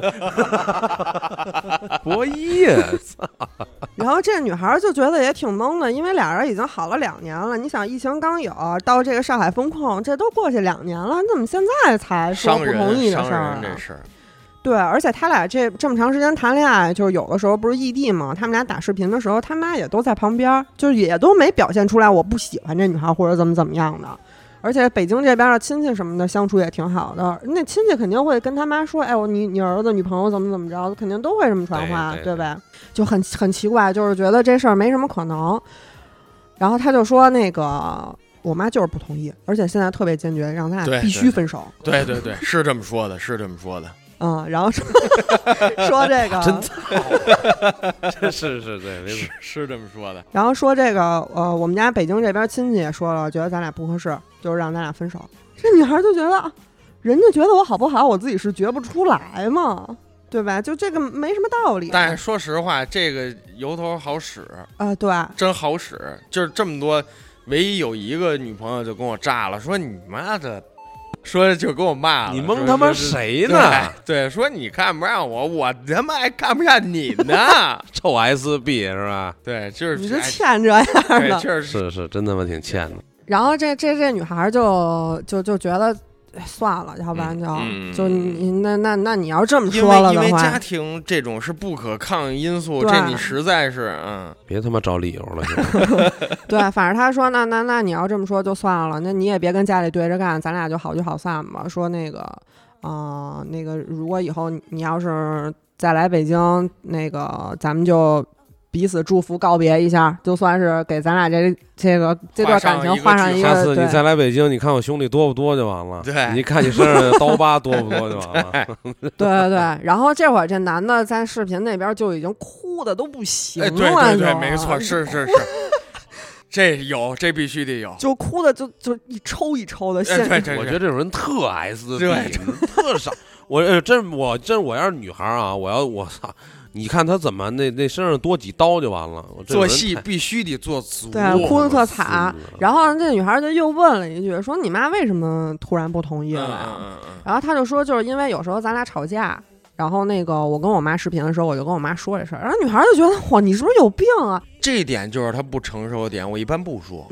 [SPEAKER 6] 博弈，啊
[SPEAKER 4] 然后这女孩就觉得也挺懵的，因为俩人已经好了两年了。你想，疫情刚有到这个上海封控，这都过去两年了，你怎么现在才说
[SPEAKER 3] 伤
[SPEAKER 4] 不同
[SPEAKER 3] 人
[SPEAKER 4] 意的
[SPEAKER 3] 伤
[SPEAKER 4] 事儿
[SPEAKER 3] 人
[SPEAKER 4] 啊
[SPEAKER 3] 这？事儿，
[SPEAKER 4] 对，而且他俩这这么长时间谈恋爱，就是有的时候不是异地嘛，他们俩打视频的时候，他妈也都在旁边儿，就是也都没表现出来我不喜欢这女孩或者怎么怎么样的。而且北京这边的亲戚什么的相处也挺好的，那亲戚肯定会跟他妈说：“哎，我你你儿子女朋友怎么怎么着，肯定都会这么传话，
[SPEAKER 6] 对对
[SPEAKER 4] 对呗？”就很很奇怪，就是觉得这事儿没什么可能。然后他就说：“那个我妈就是不同意，而且现在特别坚决，让咱
[SPEAKER 3] 对
[SPEAKER 4] 俩必须
[SPEAKER 3] 对
[SPEAKER 4] 分手。”
[SPEAKER 3] 对对对，是这么说的，是这么说的。
[SPEAKER 4] 嗯，然后说 说这个，
[SPEAKER 6] 真操！ 真是是对，没错
[SPEAKER 3] 是。是这么说的，
[SPEAKER 4] 然后说这个，呃，我们家北京这边亲戚也说了，觉得咱俩不合适，就是让咱俩分手。这女孩就觉得，人家觉得我好不好，我自己是觉不出来嘛，对吧？就这个没什么道理。
[SPEAKER 3] 但是说实话，这个由头好使，
[SPEAKER 4] 啊、对，
[SPEAKER 3] 真好使。就是这么多，唯一有一个女朋友就跟我炸了，说你妈的，说就给我骂了，
[SPEAKER 6] 你蒙
[SPEAKER 3] 说
[SPEAKER 6] 他妈
[SPEAKER 3] 说是
[SPEAKER 6] 谁呢？
[SPEAKER 3] 啊对，对说你看不上我，我他妈还看不上你呢。
[SPEAKER 6] 臭 SB 是吧？
[SPEAKER 3] 对，就是
[SPEAKER 4] 你就欠这样
[SPEAKER 3] 哎对，
[SPEAKER 4] 的。
[SPEAKER 3] 确实
[SPEAKER 6] 是是，真他妈挺欠的。
[SPEAKER 4] 然后这这这女孩就就就觉得。哎算了，要不然就、
[SPEAKER 3] 嗯嗯
[SPEAKER 4] 就你那那那你要这么
[SPEAKER 3] 因
[SPEAKER 4] 说
[SPEAKER 3] 为
[SPEAKER 4] 了
[SPEAKER 3] 因
[SPEAKER 4] 的
[SPEAKER 3] 为
[SPEAKER 4] 话
[SPEAKER 3] 家，庭这种是不可抗因素，
[SPEAKER 4] 对
[SPEAKER 3] 这你实在是嗯，
[SPEAKER 6] 别他妈找理由 了，行吗
[SPEAKER 4] 对，反正他说那那那你要这么说就算了，那你也别跟家里对着干，咱俩就好聚好散吧。说那个，啊、那个如果以后你要是再来北京，那个咱们就彼此祝福告别一下，就算是给咱俩这这个这段感情
[SPEAKER 3] 画
[SPEAKER 4] 画
[SPEAKER 3] 上
[SPEAKER 4] 上
[SPEAKER 3] 一
[SPEAKER 4] 一
[SPEAKER 3] 个
[SPEAKER 6] 下
[SPEAKER 4] 个
[SPEAKER 6] 次你
[SPEAKER 4] 对。
[SPEAKER 6] 再来北京，你看我兄弟多不多就完了。
[SPEAKER 3] 哎对
[SPEAKER 6] 你看你身上的刀疤多不多就完了。
[SPEAKER 4] 对对对，然后这会儿这男的在视频那边就已经哭的都不行了，
[SPEAKER 3] 哎，对对对，
[SPEAKER 4] 就
[SPEAKER 3] 没 错，是是是，这有这必须得有，
[SPEAKER 4] 就哭的就就一抽一抽的，
[SPEAKER 3] 哎
[SPEAKER 4] 现
[SPEAKER 3] 对对，
[SPEAKER 6] 我觉
[SPEAKER 3] 对
[SPEAKER 6] 得这种人特 S
[SPEAKER 3] 对
[SPEAKER 6] B，特傻。我呃真我真我要是女孩儿啊，我要我操，你看她怎么那那身上多几刀就完了。我这种
[SPEAKER 3] 做
[SPEAKER 6] 人
[SPEAKER 3] 戏
[SPEAKER 6] 太
[SPEAKER 3] 必须得做足，
[SPEAKER 4] 对，啊哭的特惨
[SPEAKER 6] 死了。
[SPEAKER 4] 然后这女孩就又问了一句，说你妈为什么突然不同
[SPEAKER 3] 嗯
[SPEAKER 4] 意了呀？
[SPEAKER 3] 嗯嗯
[SPEAKER 4] 然后他就说，就是因为有时候咱俩吵架，然后那个我跟我妈视频的时候，我就跟我妈说这事儿，然后女孩就觉得哇，你是不是有病啊？
[SPEAKER 3] 这一点就是他不成熟的点，我一般不 说，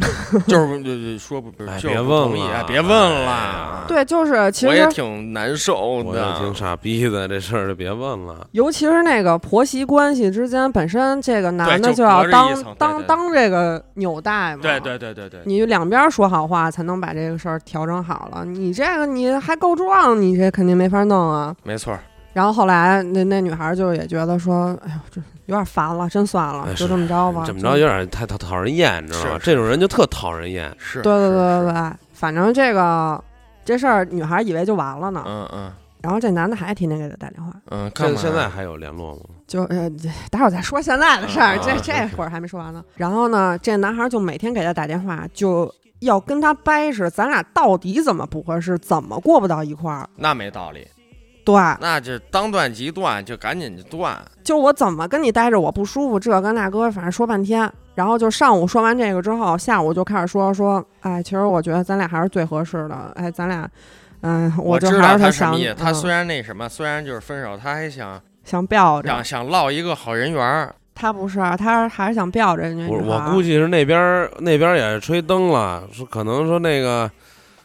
[SPEAKER 3] 就是就是说不，
[SPEAKER 6] 哎
[SPEAKER 3] 就是
[SPEAKER 6] 别
[SPEAKER 3] 不
[SPEAKER 6] 问
[SPEAKER 3] 同意
[SPEAKER 6] 了
[SPEAKER 3] 哎别问
[SPEAKER 6] 哎
[SPEAKER 3] 了，
[SPEAKER 4] 对，就是其
[SPEAKER 3] 我也
[SPEAKER 4] 实。
[SPEAKER 3] 挺难受
[SPEAKER 6] 我也挺
[SPEAKER 3] 的，
[SPEAKER 6] 傻逼的，这事儿就别问了。
[SPEAKER 4] 尤其是那个婆媳关系之间，本身这个男
[SPEAKER 3] 对
[SPEAKER 4] 的
[SPEAKER 3] 就隔
[SPEAKER 4] 要
[SPEAKER 3] 着一
[SPEAKER 4] 当
[SPEAKER 3] 层
[SPEAKER 4] 当
[SPEAKER 3] 对对对
[SPEAKER 4] 当这个纽带嘛，
[SPEAKER 3] 对对对对对，
[SPEAKER 4] 你两边说好话才能把这个事儿调整好了。你这个你还告状，你这肯定没法弄啊。
[SPEAKER 3] 没错儿，
[SPEAKER 4] 然后后来那那女孩就也觉得说，哎呦，这有点烦了，真算了，
[SPEAKER 6] 哎
[SPEAKER 4] 就是这么着吧。
[SPEAKER 6] 怎么
[SPEAKER 4] 就
[SPEAKER 6] 着有点太讨讨人厌，你知道吗？
[SPEAKER 3] 是
[SPEAKER 6] 这种人就特讨人厌。
[SPEAKER 3] 是，
[SPEAKER 4] 对对
[SPEAKER 3] 是
[SPEAKER 4] 对对
[SPEAKER 3] 是
[SPEAKER 4] 对，反正这个这事儿女孩以为就完了呢。
[SPEAKER 3] 嗯嗯
[SPEAKER 4] 然后这男的还天天给她打电话，
[SPEAKER 3] 嗯，看
[SPEAKER 6] 现
[SPEAKER 3] 嘛
[SPEAKER 6] 现在还有联络吗？
[SPEAKER 4] 就呃，这待会儿再说现在的事儿，
[SPEAKER 3] 嗯
[SPEAKER 4] 这
[SPEAKER 3] 嗯
[SPEAKER 4] 这
[SPEAKER 6] 嗯
[SPEAKER 4] 会儿还没说完呢。然后呢，这男孩就每天给她打电话，就要跟她掰扯，咱俩到底怎么不合适，怎么过不到一块儿。
[SPEAKER 3] 那没道理，
[SPEAKER 4] 对，
[SPEAKER 3] 那就当断即断，就赶紧就断，
[SPEAKER 4] 就我怎么跟你待着我不舒服，这跟那哥，反正说半天。然后就上午说完这个之后，下午就开始说说，哎，其实我觉得咱俩还是最合适的，哎，咱俩，嗯、
[SPEAKER 3] 我
[SPEAKER 4] 就
[SPEAKER 3] 知道
[SPEAKER 4] 还是
[SPEAKER 3] 他
[SPEAKER 4] 特
[SPEAKER 3] 什么
[SPEAKER 4] 想
[SPEAKER 3] 意思，他
[SPEAKER 4] 嗯
[SPEAKER 3] 虽然那什么，虽然就是分手，他还想
[SPEAKER 4] 想吊着
[SPEAKER 3] 想，想落一个好人缘儿，
[SPEAKER 4] 他不是，啊他还是啊想吊着人家
[SPEAKER 6] 我
[SPEAKER 4] 女孩
[SPEAKER 6] 我
[SPEAKER 4] 儿
[SPEAKER 6] 估计是那边儿那边儿也是吹灯了，说可能说那个，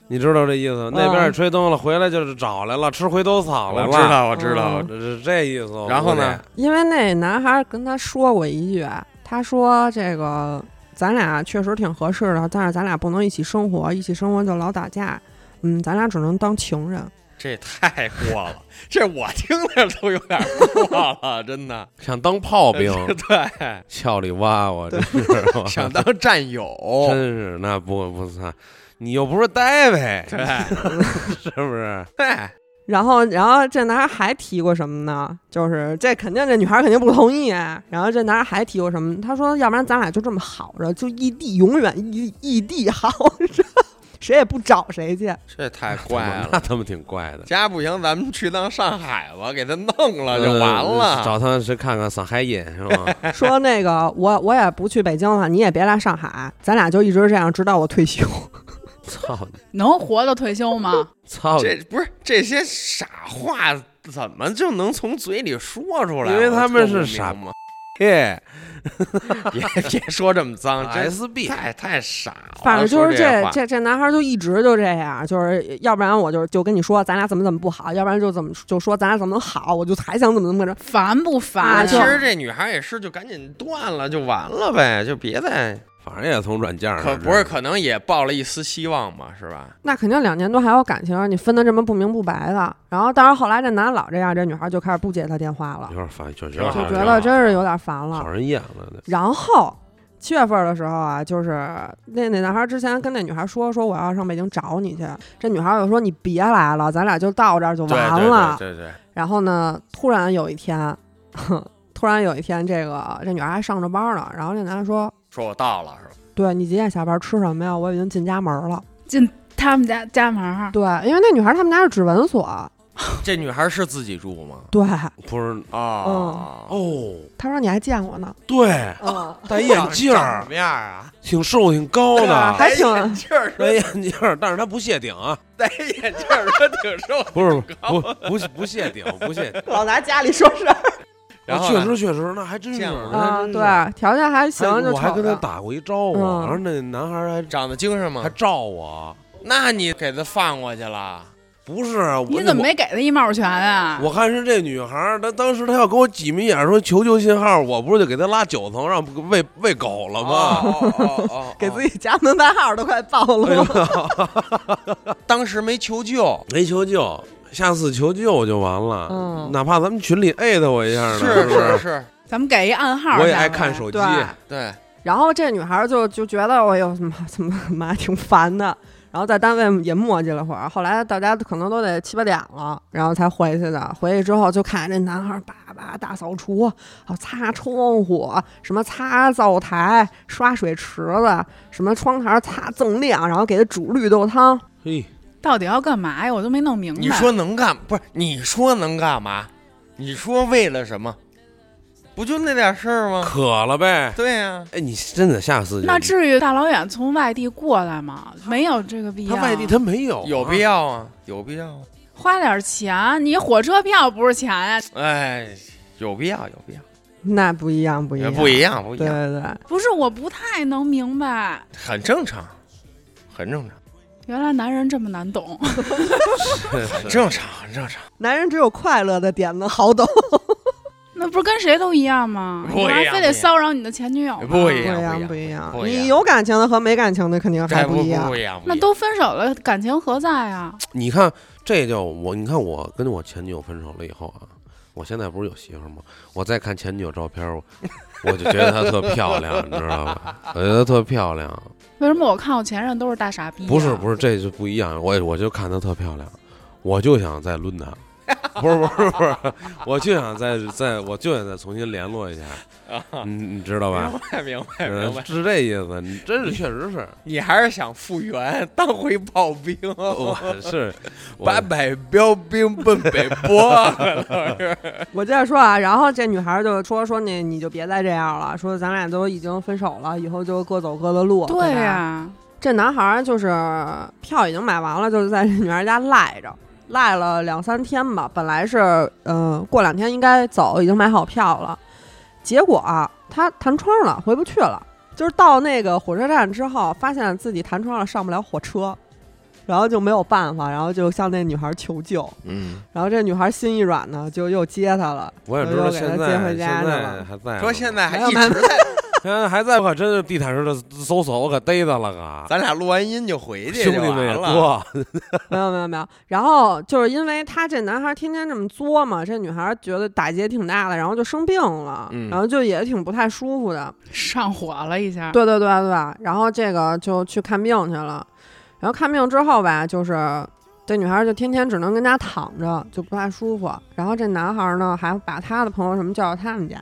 [SPEAKER 6] 你知道这意思？那边也吹灯了，回来就是找来了，吃回头草
[SPEAKER 3] 我
[SPEAKER 6] 了，
[SPEAKER 3] 知道，我知道
[SPEAKER 4] 嗯，
[SPEAKER 6] 这是这意思。
[SPEAKER 3] 然后呢
[SPEAKER 4] 因为那男孩跟他说过一句，他说这个咱俩确实挺合适的，但是咱俩不能一起生活，一起生活就老打架。嗯，咱俩只能当情人。
[SPEAKER 3] 这也太过了，这我听着都有点过了，真 的。
[SPEAKER 6] 我得想当 炮兵，
[SPEAKER 3] 对，
[SPEAKER 6] 俏里挖我，真是，
[SPEAKER 3] 想当战友，
[SPEAKER 6] 真是那不不操，你又不是呆呗，
[SPEAKER 3] 对哎
[SPEAKER 6] 是不是？
[SPEAKER 3] 对，
[SPEAKER 4] 然后，然后这男孩还提过什么呢？就是这肯定这女孩肯定不同意啊。然后这男孩还提过什么？他说，要不然咱俩就这么好着，就异地永远异异地好着，谁也不找谁去。
[SPEAKER 3] 这太怪
[SPEAKER 6] 那
[SPEAKER 3] 了。
[SPEAKER 6] 他们挺怪 的，
[SPEAKER 3] 家不行，咱们去趟上海吧，给他弄了就完
[SPEAKER 6] 呃
[SPEAKER 3] 了。
[SPEAKER 6] 找他去看看上海瘾是吗？
[SPEAKER 4] 说那个我我也不去北京了，你也别来上海，咱俩就一直这样，直到我退休。
[SPEAKER 6] 操你
[SPEAKER 5] 能活到退休吗？
[SPEAKER 6] 操你！
[SPEAKER 3] 这不是这些傻话，怎么就能从嘴里说出来？
[SPEAKER 6] 因为他们是
[SPEAKER 3] 我
[SPEAKER 6] 傻
[SPEAKER 3] 特不明白
[SPEAKER 6] 嘿
[SPEAKER 3] 别别说这么 脏，啊真
[SPEAKER 6] ，SB
[SPEAKER 3] 太太傻了。
[SPEAKER 4] 反正就
[SPEAKER 3] 说
[SPEAKER 4] 是这
[SPEAKER 3] 话
[SPEAKER 4] 这这男孩就一直就这样，就是要不然我就就跟你说咱俩怎么怎么不好，要不然就怎么就说咱俩怎么能好，我就还想怎么怎么着。
[SPEAKER 5] 烦不
[SPEAKER 4] 啊
[SPEAKER 5] 烦？
[SPEAKER 3] 其
[SPEAKER 4] 就
[SPEAKER 3] 实这女孩也是，就赶紧断了就完了呗，就别再
[SPEAKER 6] 反正也从软件上，
[SPEAKER 3] 可不是，可能也抱了一丝希望嘛，是吧？
[SPEAKER 4] 那肯定两年多还有感情，你分的这么不明不白的。然后，但是后来这男的老这样，这女孩就开始不接他电话了
[SPEAKER 6] 有，点烦，就
[SPEAKER 3] 就
[SPEAKER 4] 就
[SPEAKER 3] 好
[SPEAKER 4] 觉
[SPEAKER 3] 挺好
[SPEAKER 4] 得真是有点烦了
[SPEAKER 6] 讨。人厌了。
[SPEAKER 4] 然后七月份的时候啊，就是那那男孩之前跟那女孩说说我要上北京找你去，这女孩就说你别来了，咱俩就到这儿就
[SPEAKER 3] 对
[SPEAKER 4] 完了。
[SPEAKER 3] 对对对对，
[SPEAKER 4] 然后呢，突然有一天，哼，突然有一天，这个这女孩还上着班呢，然后这男的说
[SPEAKER 3] 说我到了是吧？：“
[SPEAKER 4] 对你几点下班？吃什么呀？我已经进家门了。
[SPEAKER 5] 进他们家家门儿”，
[SPEAKER 4] 对，因为那女孩他们家是指纹锁，
[SPEAKER 3] 这女孩是自己住吗？
[SPEAKER 4] 对，
[SPEAKER 6] 不是
[SPEAKER 4] 嗯
[SPEAKER 3] 啊，
[SPEAKER 6] 哦，
[SPEAKER 4] 他说你还见过呢，
[SPEAKER 6] 对，
[SPEAKER 4] 嗯，
[SPEAKER 6] 戴眼镜
[SPEAKER 3] 哎长
[SPEAKER 6] 儿
[SPEAKER 3] 什，么样啊？
[SPEAKER 6] 挺瘦挺高的，
[SPEAKER 4] 啊还挺
[SPEAKER 3] 戴眼镜儿，
[SPEAKER 6] 戴眼镜儿，但是他不谢顶啊，
[SPEAKER 3] 戴眼镜儿说挺瘦。
[SPEAKER 6] 不是不不不谢顶，不谢顶。
[SPEAKER 4] 老拿家里说事儿
[SPEAKER 3] 然后
[SPEAKER 6] 确
[SPEAKER 3] 呢
[SPEAKER 6] 实确实，那还真是
[SPEAKER 3] 见过
[SPEAKER 6] 那
[SPEAKER 4] 啊，
[SPEAKER 6] 还哎真是
[SPEAKER 4] 对，条件还行，
[SPEAKER 6] 还
[SPEAKER 4] 就
[SPEAKER 6] 哎我还
[SPEAKER 4] 瞅
[SPEAKER 6] 跟他
[SPEAKER 4] 着。
[SPEAKER 6] 打过一招呼，
[SPEAKER 4] 嗯
[SPEAKER 6] 啊然后那男孩还
[SPEAKER 3] 长得精神吗
[SPEAKER 6] 还？照我，
[SPEAKER 3] 那你给她放过去了？
[SPEAKER 6] 不是啊我
[SPEAKER 5] 你怎么？没给他一毛钱啊？
[SPEAKER 6] 我看是这女孩儿，她当时她要给我挤眉眼儿说求救信号，我不是就给她拉九层，让喂喂狗了吗？
[SPEAKER 3] 哦哦哦 哦
[SPEAKER 4] 给自己家门牌号都快暴露
[SPEAKER 6] 哎
[SPEAKER 4] 了，
[SPEAKER 6] 呦
[SPEAKER 3] 当时没求救，
[SPEAKER 6] 没求救，下次求救就完了。
[SPEAKER 4] 嗯
[SPEAKER 6] 哪怕咱们群里艾特我一下呢，
[SPEAKER 3] 是
[SPEAKER 6] 不是？
[SPEAKER 3] 是，
[SPEAKER 5] 咱们给一暗号。
[SPEAKER 6] 我也爱看。手机
[SPEAKER 4] 对，。
[SPEAKER 3] 对，
[SPEAKER 4] 然后这女孩就就觉得，哎呦，怎么怎么妈挺烦的。然后在单位也磨叽了会儿，后来到家可能都得七八点了，然后才回去的。回去之后就看这男孩叭叭大扫除，哦擦窗户，什么擦灶台、刷水池子，什么窗台擦锃亮，然后给他煮绿豆汤。
[SPEAKER 6] 嘿，
[SPEAKER 5] 到底要干嘛呀？我都没弄明白。
[SPEAKER 3] 你说能干不是？你说能干嘛？你说为了什么？不就那点事儿吗？
[SPEAKER 6] 渴了呗。
[SPEAKER 3] 对呀、
[SPEAKER 6] 哎，你真的下次就
[SPEAKER 5] 那至于大老远从外地过来吗？没有这个必要。
[SPEAKER 6] 他外地他没有啊
[SPEAKER 3] 有 必要啊，有必要啊，
[SPEAKER 5] 花点钱，你火车票不是钱啊呀、
[SPEAKER 3] 哎，有必要，有必要，
[SPEAKER 4] 那不一样，不一
[SPEAKER 3] 也
[SPEAKER 6] 哎
[SPEAKER 4] 样，
[SPEAKER 3] 不一样，不一
[SPEAKER 4] 对
[SPEAKER 3] 样，
[SPEAKER 4] 对对，
[SPEAKER 5] 不是，我不太能明白，
[SPEAKER 3] 很正常，很正常，
[SPEAKER 5] 原来男人这么难懂。
[SPEAKER 3] 很正常，很正常，
[SPEAKER 4] 男人只有快乐的点子好懂，
[SPEAKER 5] 那不是跟谁都一样吗？
[SPEAKER 3] 不一样
[SPEAKER 5] 你还非
[SPEAKER 3] 不一
[SPEAKER 5] 得
[SPEAKER 3] 样
[SPEAKER 5] 骚扰你的前女友吗？
[SPEAKER 3] 不一
[SPEAKER 4] 不一
[SPEAKER 3] 样，
[SPEAKER 4] 样，不一样
[SPEAKER 3] 不。一样
[SPEAKER 4] 你有感情的和没感情的肯定还
[SPEAKER 3] 不
[SPEAKER 4] 一样
[SPEAKER 3] 不。一样，
[SPEAKER 5] 那都分手了，感情何在啊？
[SPEAKER 6] 你看，这就我，你看我跟我前女友分手了以后啊，我现在不是有媳妇儿吗？我再看前女友照片儿，我我就觉得她特漂亮，你知 道吧？我觉得她特漂亮，
[SPEAKER 5] 为什么我看我前任都是大傻逼、啊
[SPEAKER 6] 不是不
[SPEAKER 5] 是，
[SPEAKER 6] 是，这就不一样。我我就看她特漂亮，我就想再抡 她。不是不是不是，我就想再再，我就想再重新联络一下，
[SPEAKER 3] 啊，
[SPEAKER 6] 你你知道吧
[SPEAKER 3] 明？白明白
[SPEAKER 6] 嗯
[SPEAKER 3] 明白，
[SPEAKER 6] 是这意思，你真是确实 是，
[SPEAKER 3] 你还是想复原，当回炮兵，
[SPEAKER 6] 我是哦 我
[SPEAKER 3] 八百标兵奔北坡，可是
[SPEAKER 4] 我接着说啊，然后这女孩就说说你你就别再这样了，说咱俩都已经分手了，以后就各走各的路。
[SPEAKER 5] 对呀、
[SPEAKER 4] 吧这男孩就是票已经买完了，就是在这女孩家赖着，赖了两三天吧。本来是嗯、呃过两天应该走，已经买好票了，结果啊，他弹窗了，回不去了。就是到那个火车站之后，发现自己弹窗了，上不了火车。然后就没有办法，然后就向那女孩求救，
[SPEAKER 3] 嗯，
[SPEAKER 4] 然后这女孩心一软呢，就又接他了，
[SPEAKER 6] 我也知
[SPEAKER 4] 又
[SPEAKER 6] 道
[SPEAKER 4] 给
[SPEAKER 6] 现
[SPEAKER 4] 他
[SPEAKER 6] 在
[SPEAKER 4] 接回
[SPEAKER 6] 现
[SPEAKER 4] 家去
[SPEAKER 6] 在
[SPEAKER 4] 了。
[SPEAKER 6] 还在呢，
[SPEAKER 3] 说现在还
[SPEAKER 4] 没有
[SPEAKER 3] 一
[SPEAKER 4] 办
[SPEAKER 3] 直在，
[SPEAKER 6] 现在还在，我可真是地毯式的搜索，我可逮到了个
[SPEAKER 3] 咱俩录完音就回去，
[SPEAKER 6] 兄弟们也，多，
[SPEAKER 4] 没有没有没有，然后就是因为他这男孩天天这么作嘛，这女孩觉得打击也挺大的，然后就生病了，
[SPEAKER 3] 嗯
[SPEAKER 4] 然后就也挺不太舒服的。
[SPEAKER 5] 上火了一下，
[SPEAKER 4] 对对对对，然后这个就去看病去了，然后看病之后吧，就是这女孩就天天只能跟家躺着，就不太舒服。然后这男孩呢，还把他的朋友什么叫到他们家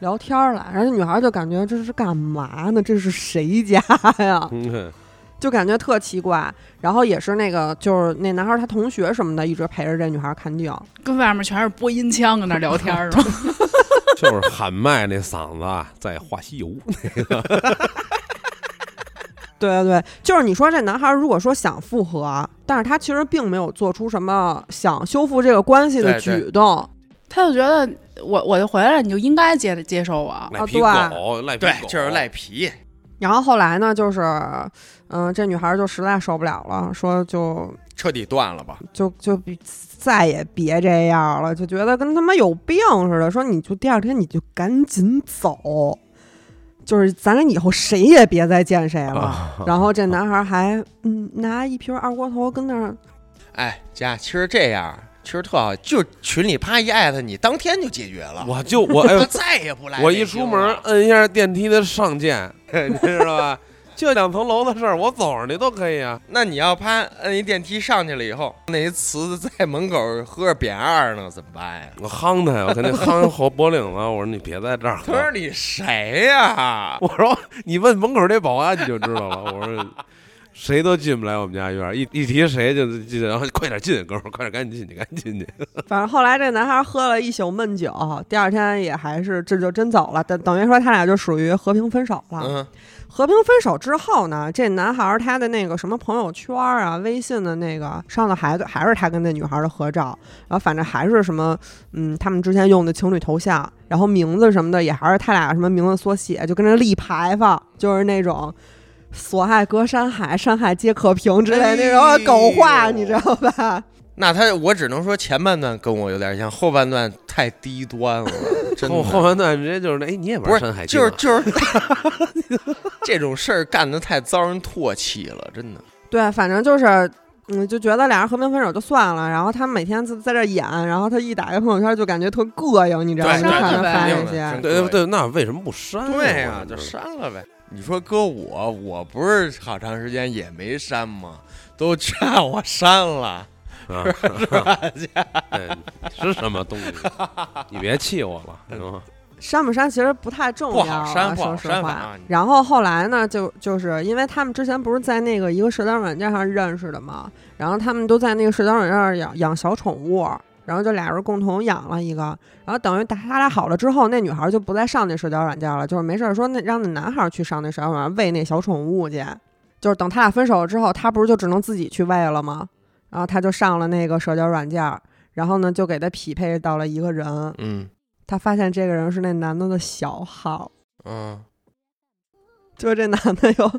[SPEAKER 4] 聊天儿来，然后这女孩就感觉这是干嘛呢？这是谁家呀？
[SPEAKER 6] 嗯
[SPEAKER 4] 就感觉特奇怪。然后也是那个，就是那男孩他同学什么的，一直陪着这女孩看病。
[SPEAKER 5] 跟外面全是播音腔跟那聊天儿呢。
[SPEAKER 6] 就是喊麦那嗓子啊，在画 西游，
[SPEAKER 4] 对对对，就是你说这男孩如果说想复合，但是他其实并没有做出什么想修复这个关系的
[SPEAKER 3] 对对
[SPEAKER 4] 举动。
[SPEAKER 5] 他就觉得我我就回来了，你就应该接接受我。
[SPEAKER 6] 赖皮
[SPEAKER 4] 对
[SPEAKER 6] 狗，赖皮
[SPEAKER 3] 对，
[SPEAKER 6] 狗，
[SPEAKER 3] 就是赖皮，
[SPEAKER 4] 然后后来呢，就是，嗯、这女孩就实在受不了了，说就
[SPEAKER 3] 彻底断了吧。
[SPEAKER 4] 就就比再也别这样了，就觉得跟他妈有病似的，说你就第二天你就赶紧走，就是咱俩以后谁也别再见谁了。然后这男孩还嗯拿一瓶二锅头跟那儿，
[SPEAKER 3] 哎，家其实这样，其实特好，就群里啪一艾特你，当天就解决了。
[SPEAKER 6] 我就我 哎
[SPEAKER 3] 他，再也不来。
[SPEAKER 6] 我一出门，摁一下电梯的上键， 你知道 吧？就两层楼的事儿，我走上去都可以啊。
[SPEAKER 3] 那你要啪摁一电梯上去了以后，那一词在门口喝着扁二呢，怎么办呀？
[SPEAKER 6] 我夯他呀，我肯定夯他后脖领子。我说你别 在这儿
[SPEAKER 3] 他说
[SPEAKER 6] 了。
[SPEAKER 3] 你谁呀、
[SPEAKER 6] 我说你问门口那保安你就知道了。我说谁都进不来我们家院儿，一一提谁就就然后快点进，哥们儿， 快点赶紧进去，赶紧进去。
[SPEAKER 4] 反正后来这男孩喝了一宿闷酒，第二天也还是这就真走了，等等于说他俩就属于和平分手了。
[SPEAKER 3] 嗯，
[SPEAKER 4] 和平分手之后呢，这男孩儿他的那个什么朋友圈儿啊、微信的那个上头还还是他跟那女孩儿的合照，然后反正还是什么，嗯，他们之前用的情侣头像，然后名字什么的也还是他俩什么名字缩写，就跟着立牌坊，就是那种“所爱隔山海，山海皆可平”之类那
[SPEAKER 3] 哎呦
[SPEAKER 4] 种狗话，你知道吧？
[SPEAKER 3] 那他我只能说前半段跟我有点像，后半段太低端了，真的。
[SPEAKER 6] 后后半段直接就是那，哎，你也
[SPEAKER 3] 不
[SPEAKER 6] 玩
[SPEAKER 3] 是
[SPEAKER 6] 山海经
[SPEAKER 3] 就
[SPEAKER 6] 啊？
[SPEAKER 3] 是就是 这种事儿干的太遭人唾弃了，真的。
[SPEAKER 4] 对，反正就是。嗯，就觉得俩人和平分手就算了，然后他每天在在这儿演，然后他一打开朋友圈就感觉特膈应，你知道吗？
[SPEAKER 3] 对
[SPEAKER 4] 就看
[SPEAKER 5] 删
[SPEAKER 4] 他
[SPEAKER 5] 了呗
[SPEAKER 4] 发那
[SPEAKER 3] 肯定
[SPEAKER 4] 些
[SPEAKER 3] 的，真
[SPEAKER 6] 对对对，那为什么不删？啊
[SPEAKER 3] 对呀、
[SPEAKER 6] 我
[SPEAKER 3] 就
[SPEAKER 6] 真是
[SPEAKER 3] 删了呗。你说搁我，我不是好长时间也没删吗？都劝我删了，
[SPEAKER 6] 啊，
[SPEAKER 3] 是吧？
[SPEAKER 6] 哎是什么东西？你别气我 了，行吗？
[SPEAKER 4] 删不删其实不太重要
[SPEAKER 3] 不好
[SPEAKER 4] 啊，
[SPEAKER 3] 删不
[SPEAKER 4] 说
[SPEAKER 3] 好
[SPEAKER 4] 实
[SPEAKER 3] 删反
[SPEAKER 4] 话
[SPEAKER 3] 正你。
[SPEAKER 4] 然后后来呢，就就是因为他们之前不是在那个一个社交软件上认识的嘛，然后他们都在那个社交软件上养养小宠物，然后就俩人共同养了一个，然后等于他他俩好了之后，那女孩就不再上那社交软件了，就是没事儿说那让那男孩去上那社交软件喂那小宠物去，就是等他俩分手了之后，他不是就只能自己去喂了吗？然后他就上了那个社交软件，然后呢就给他匹配到了一个人，
[SPEAKER 3] 嗯
[SPEAKER 4] 他发现这个人是那男的的小号，
[SPEAKER 3] 嗯，
[SPEAKER 4] 就是这男的有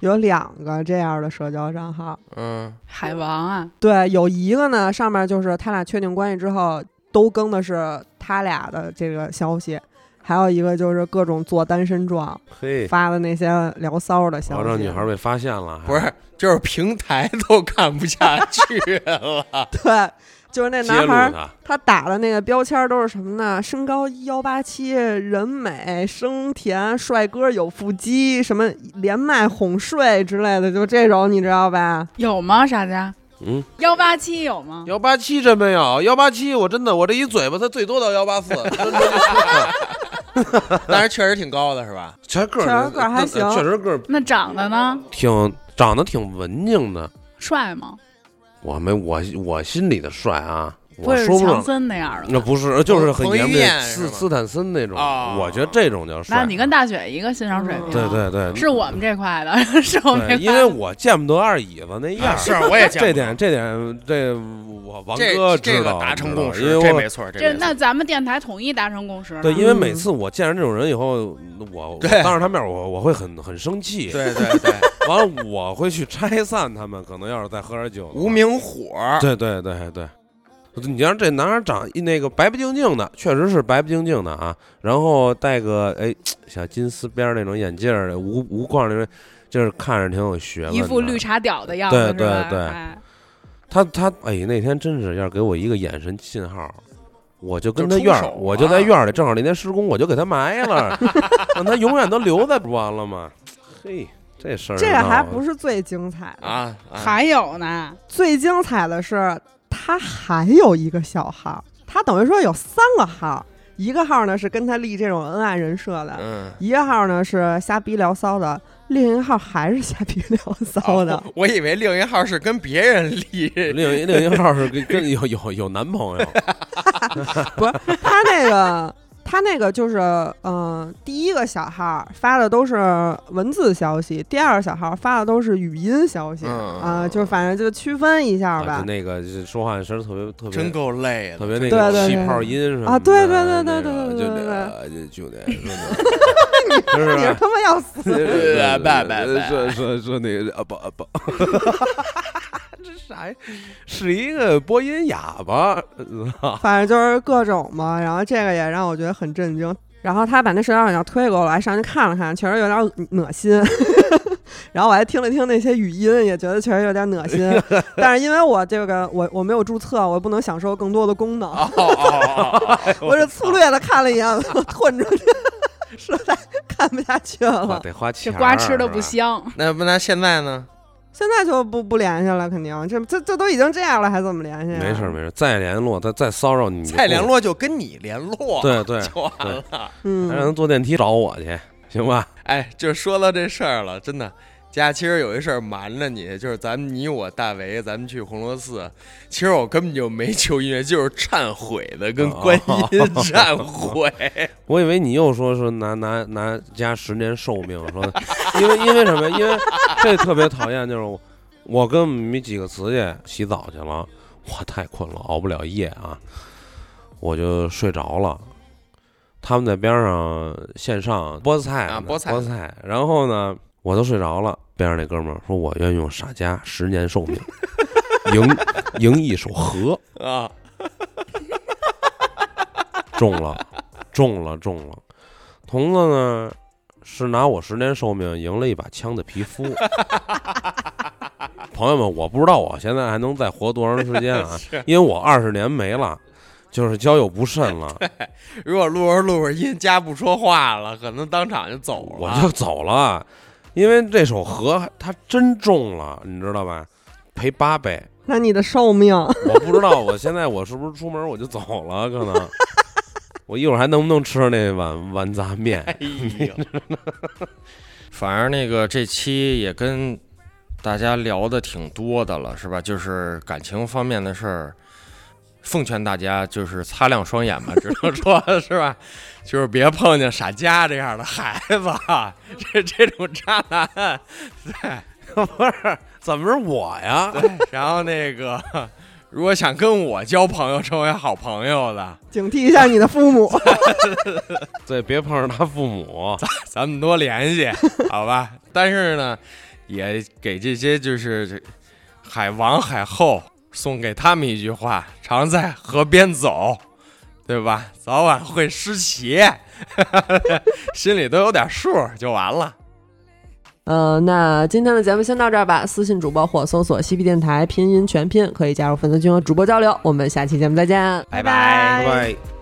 [SPEAKER 4] 有两个这样的社交账号，
[SPEAKER 3] 嗯，
[SPEAKER 5] 海王啊，
[SPEAKER 4] 对，有一个呢上面就是他俩确定关系之后都更的是他俩的这个消息，还有一个就是各种做单身状
[SPEAKER 6] 嘿，
[SPEAKER 4] 发的那些聊骚的消
[SPEAKER 6] 我
[SPEAKER 4] 息，
[SPEAKER 6] 让女孩被发现了，
[SPEAKER 3] 不是，就是平台都看不下 去了。
[SPEAKER 4] 对，就是那
[SPEAKER 6] 揭
[SPEAKER 4] 男
[SPEAKER 6] 露
[SPEAKER 4] 孩儿
[SPEAKER 6] 她，
[SPEAKER 4] 他打的那个标签都是什么呢？身高幺八七，人美声甜，帅哥有腹肌，什么连麦哄睡之类的，就这种你知道吧？
[SPEAKER 5] 有吗？傻家
[SPEAKER 6] 嗯，
[SPEAKER 5] 幺八七有吗？
[SPEAKER 6] 幺八七真没有，幺八七我真的我这一嘴巴，他最多到幺八四，
[SPEAKER 3] 但是确实挺高的，是吧？
[SPEAKER 6] 全个儿
[SPEAKER 4] 确实个儿还行
[SPEAKER 6] 确实个儿
[SPEAKER 5] 那长得呢？
[SPEAKER 6] 挺长得挺文静的。
[SPEAKER 5] 帅吗？
[SPEAKER 6] 我没我我心里的帅啊，
[SPEAKER 5] 不
[SPEAKER 6] 我
[SPEAKER 5] 是
[SPEAKER 6] 说不
[SPEAKER 5] 强
[SPEAKER 6] 上，
[SPEAKER 5] 森那样的吧。
[SPEAKER 6] 那不是就是很
[SPEAKER 3] 彭于
[SPEAKER 6] 严厉
[SPEAKER 3] 晏是
[SPEAKER 6] 斯
[SPEAKER 3] 吗
[SPEAKER 6] 斯坦森那种，
[SPEAKER 3] 啊
[SPEAKER 6] 我觉得这种叫帅。
[SPEAKER 5] 那你跟大雪一个欣赏水平。
[SPEAKER 6] 对对对，
[SPEAKER 5] 是我们这块的， 是我们这块
[SPEAKER 6] 对，
[SPEAKER 5] 的。
[SPEAKER 6] 因为我见不得二椅子那样 儿。
[SPEAKER 3] 啊是，我也见过
[SPEAKER 6] 啊这点，这点，这我王
[SPEAKER 3] 这
[SPEAKER 6] 哥
[SPEAKER 3] 这
[SPEAKER 6] 知
[SPEAKER 3] 个
[SPEAKER 6] 道，
[SPEAKER 3] 达成共识
[SPEAKER 6] 知，道因
[SPEAKER 3] 这
[SPEAKER 6] 为
[SPEAKER 3] 没错，这
[SPEAKER 5] 这
[SPEAKER 3] 没
[SPEAKER 5] 那
[SPEAKER 3] 错
[SPEAKER 5] 咱们电台统一达成共识了。
[SPEAKER 6] 我对，因为
[SPEAKER 4] 嗯
[SPEAKER 6] 每次我见着这种人以后，我我
[SPEAKER 3] 对
[SPEAKER 6] 当着他面我我会很很生气，
[SPEAKER 3] 对对对，
[SPEAKER 6] 完了我会去拆散他们，可能要是再喝点酒的话，
[SPEAKER 3] 无名火，
[SPEAKER 6] 对对对对，你要这男孩长一那个白不净净的，确实是白不净净的啊。然后戴个哎小金丝边儿那种眼镜儿，无无框那种，就是看着挺有学问的。
[SPEAKER 5] 一副绿茶婊的样子，
[SPEAKER 6] 对
[SPEAKER 5] 是吧
[SPEAKER 6] 对对
[SPEAKER 5] 哎
[SPEAKER 6] 他他哎那天真是要是给我一个眼神信号。我就跟
[SPEAKER 3] 就
[SPEAKER 6] 他
[SPEAKER 3] 出
[SPEAKER 6] 院儿，
[SPEAKER 3] 手
[SPEAKER 6] 我就在
[SPEAKER 3] 啊
[SPEAKER 6] 院儿里，正好那天施工，我就给他埋了，让他永远都留在不完了吗？嘿，这事儿
[SPEAKER 4] 这个
[SPEAKER 6] 闹
[SPEAKER 4] 还
[SPEAKER 6] 的
[SPEAKER 4] 不是最精彩的，
[SPEAKER 3] 啊啊！
[SPEAKER 5] 还有呢，
[SPEAKER 4] 最精彩的是他还有一个小号，他等于说有三个号，一个号呢是跟他立这种恩爱人设的，
[SPEAKER 3] 嗯，
[SPEAKER 4] 一个号呢是瞎逼聊骚的，另一个号还是瞎逼聊骚的。
[SPEAKER 3] 我以为另一号是跟别人立，
[SPEAKER 6] 另一另一号是跟跟有有有男 朋友，
[SPEAKER 4] 不是他那个，他那个就是，嗯、第一个小号发的都是文字消息，第二个小号发的都是语音消息，
[SPEAKER 3] 嗯
[SPEAKER 4] 啊、就反正就区分一下
[SPEAKER 6] 啊
[SPEAKER 4] 吧
[SPEAKER 6] 就。那个就是说话声儿特别特别
[SPEAKER 3] 真够累的，
[SPEAKER 6] 特别那
[SPEAKER 4] 对
[SPEAKER 6] 个
[SPEAKER 4] 对
[SPEAKER 6] 气
[SPEAKER 4] 对
[SPEAKER 6] 泡音什么
[SPEAKER 4] 啊
[SPEAKER 6] 的
[SPEAKER 4] 对对对
[SPEAKER 6] 那
[SPEAKER 4] 对对
[SPEAKER 6] 个
[SPEAKER 4] 对对
[SPEAKER 6] 就 得就得，是不
[SPEAKER 4] 你是
[SPEAKER 6] 是？
[SPEAKER 4] 他妈要死！
[SPEAKER 3] 呃拜拜拜
[SPEAKER 6] 说说说那个啊不啊不， 这啥呀？是一个播音哑巴，
[SPEAKER 4] 反正就是各种嘛，然后这个也让我觉得很震惊。然后他把那社交软件推给我，我还上去看了看，确实有点恶恶心。 然后我还听了听那些语音，也觉得确实有点恶心。 但是因为我这个我我没有注册，我不能享受更多的功能，
[SPEAKER 6] 哦哎
[SPEAKER 4] 我是粗略的看了一眼， 我吞出去，实在看不下去
[SPEAKER 3] 哦
[SPEAKER 6] 哇
[SPEAKER 4] 了。
[SPEAKER 6] 得花钱
[SPEAKER 5] 这
[SPEAKER 6] 儿，
[SPEAKER 5] 瓜吃的不
[SPEAKER 6] 是吧。
[SPEAKER 5] 香，
[SPEAKER 3] 那不那现在呢？
[SPEAKER 4] 现在就不不联系了，肯定这这这都已经这样了，还怎么联系、啊？
[SPEAKER 6] 没事儿没事儿，再联络他再骚扰你，
[SPEAKER 3] 再联，络就跟你联络，
[SPEAKER 6] 对对，
[SPEAKER 3] 就完了。
[SPEAKER 6] 还让他
[SPEAKER 4] 嗯，
[SPEAKER 6] 坐电梯找我去，行吧？
[SPEAKER 3] 哎，就说到这事儿了，真的。佳，其实有一事儿瞒着你，就是咱们你我大为，咱们去红螺寺。其实我根本就没求音乐，就是忏悔的，跟观音忏悔。
[SPEAKER 6] 我以为你又说说拿拿拿加十年寿命，说 因为因为什么呀？因为这特别讨厌，就是我我跟我们几个瓷去洗澡去了，我太困了，熬不了夜啊，我就睡着了。他们在边上线上菠菜
[SPEAKER 3] 啊
[SPEAKER 6] 呢
[SPEAKER 3] 菠菜
[SPEAKER 6] 菠菜，然后呢，我都睡着了，边上那哥们儿说我愿用傻家十年寿命赢赢一首河。
[SPEAKER 3] 啊，，
[SPEAKER 6] 中了，中了，中了。童子呢是拿我十年寿命赢了一把枪的皮肤。朋友们，我不知道我现在还能再活多长时间啊
[SPEAKER 3] 是。
[SPEAKER 6] 因为我二十年没了，就是交友不慎了，
[SPEAKER 3] 如果录着录着音，佳不说话了，可能当场就走了。
[SPEAKER 6] 我就走了。因为这首河它真中了，你知道吧？赔八倍，
[SPEAKER 4] 那你的寿命，
[SPEAKER 6] 我不知道我现在我是不是出门我就走了，可能我一会儿还能不能吃那碗丸杂面？
[SPEAKER 3] 哎呦，反正那个这期也跟大家聊的挺多的了，是吧？就是感情方面的事儿，奉劝大家就是擦亮双眼吧，只 能说是吧？就是别碰见傻家这样的孩子， 啊，这这种渣男，
[SPEAKER 6] 不是，怎么是我呀？
[SPEAKER 3] 然后那个。如果想跟我交朋友、成为好朋友的，
[SPEAKER 4] 警惕一下你的父 母。
[SPEAKER 6] 对，别碰上他父母。
[SPEAKER 3] 咱们多联系， 好吧？但是呢，也给这些就是这海王海后送给他们一句话：常在河边走，对吧？早晚会湿鞋， 心里都有点数就完了。
[SPEAKER 4] 呃，那今天的节目先到这儿吧。私信主播或搜索“西皮电台”拼音全拼，可以加入粉丝群和主播交流。我们下期节目再见。
[SPEAKER 3] 拜拜
[SPEAKER 6] 拜。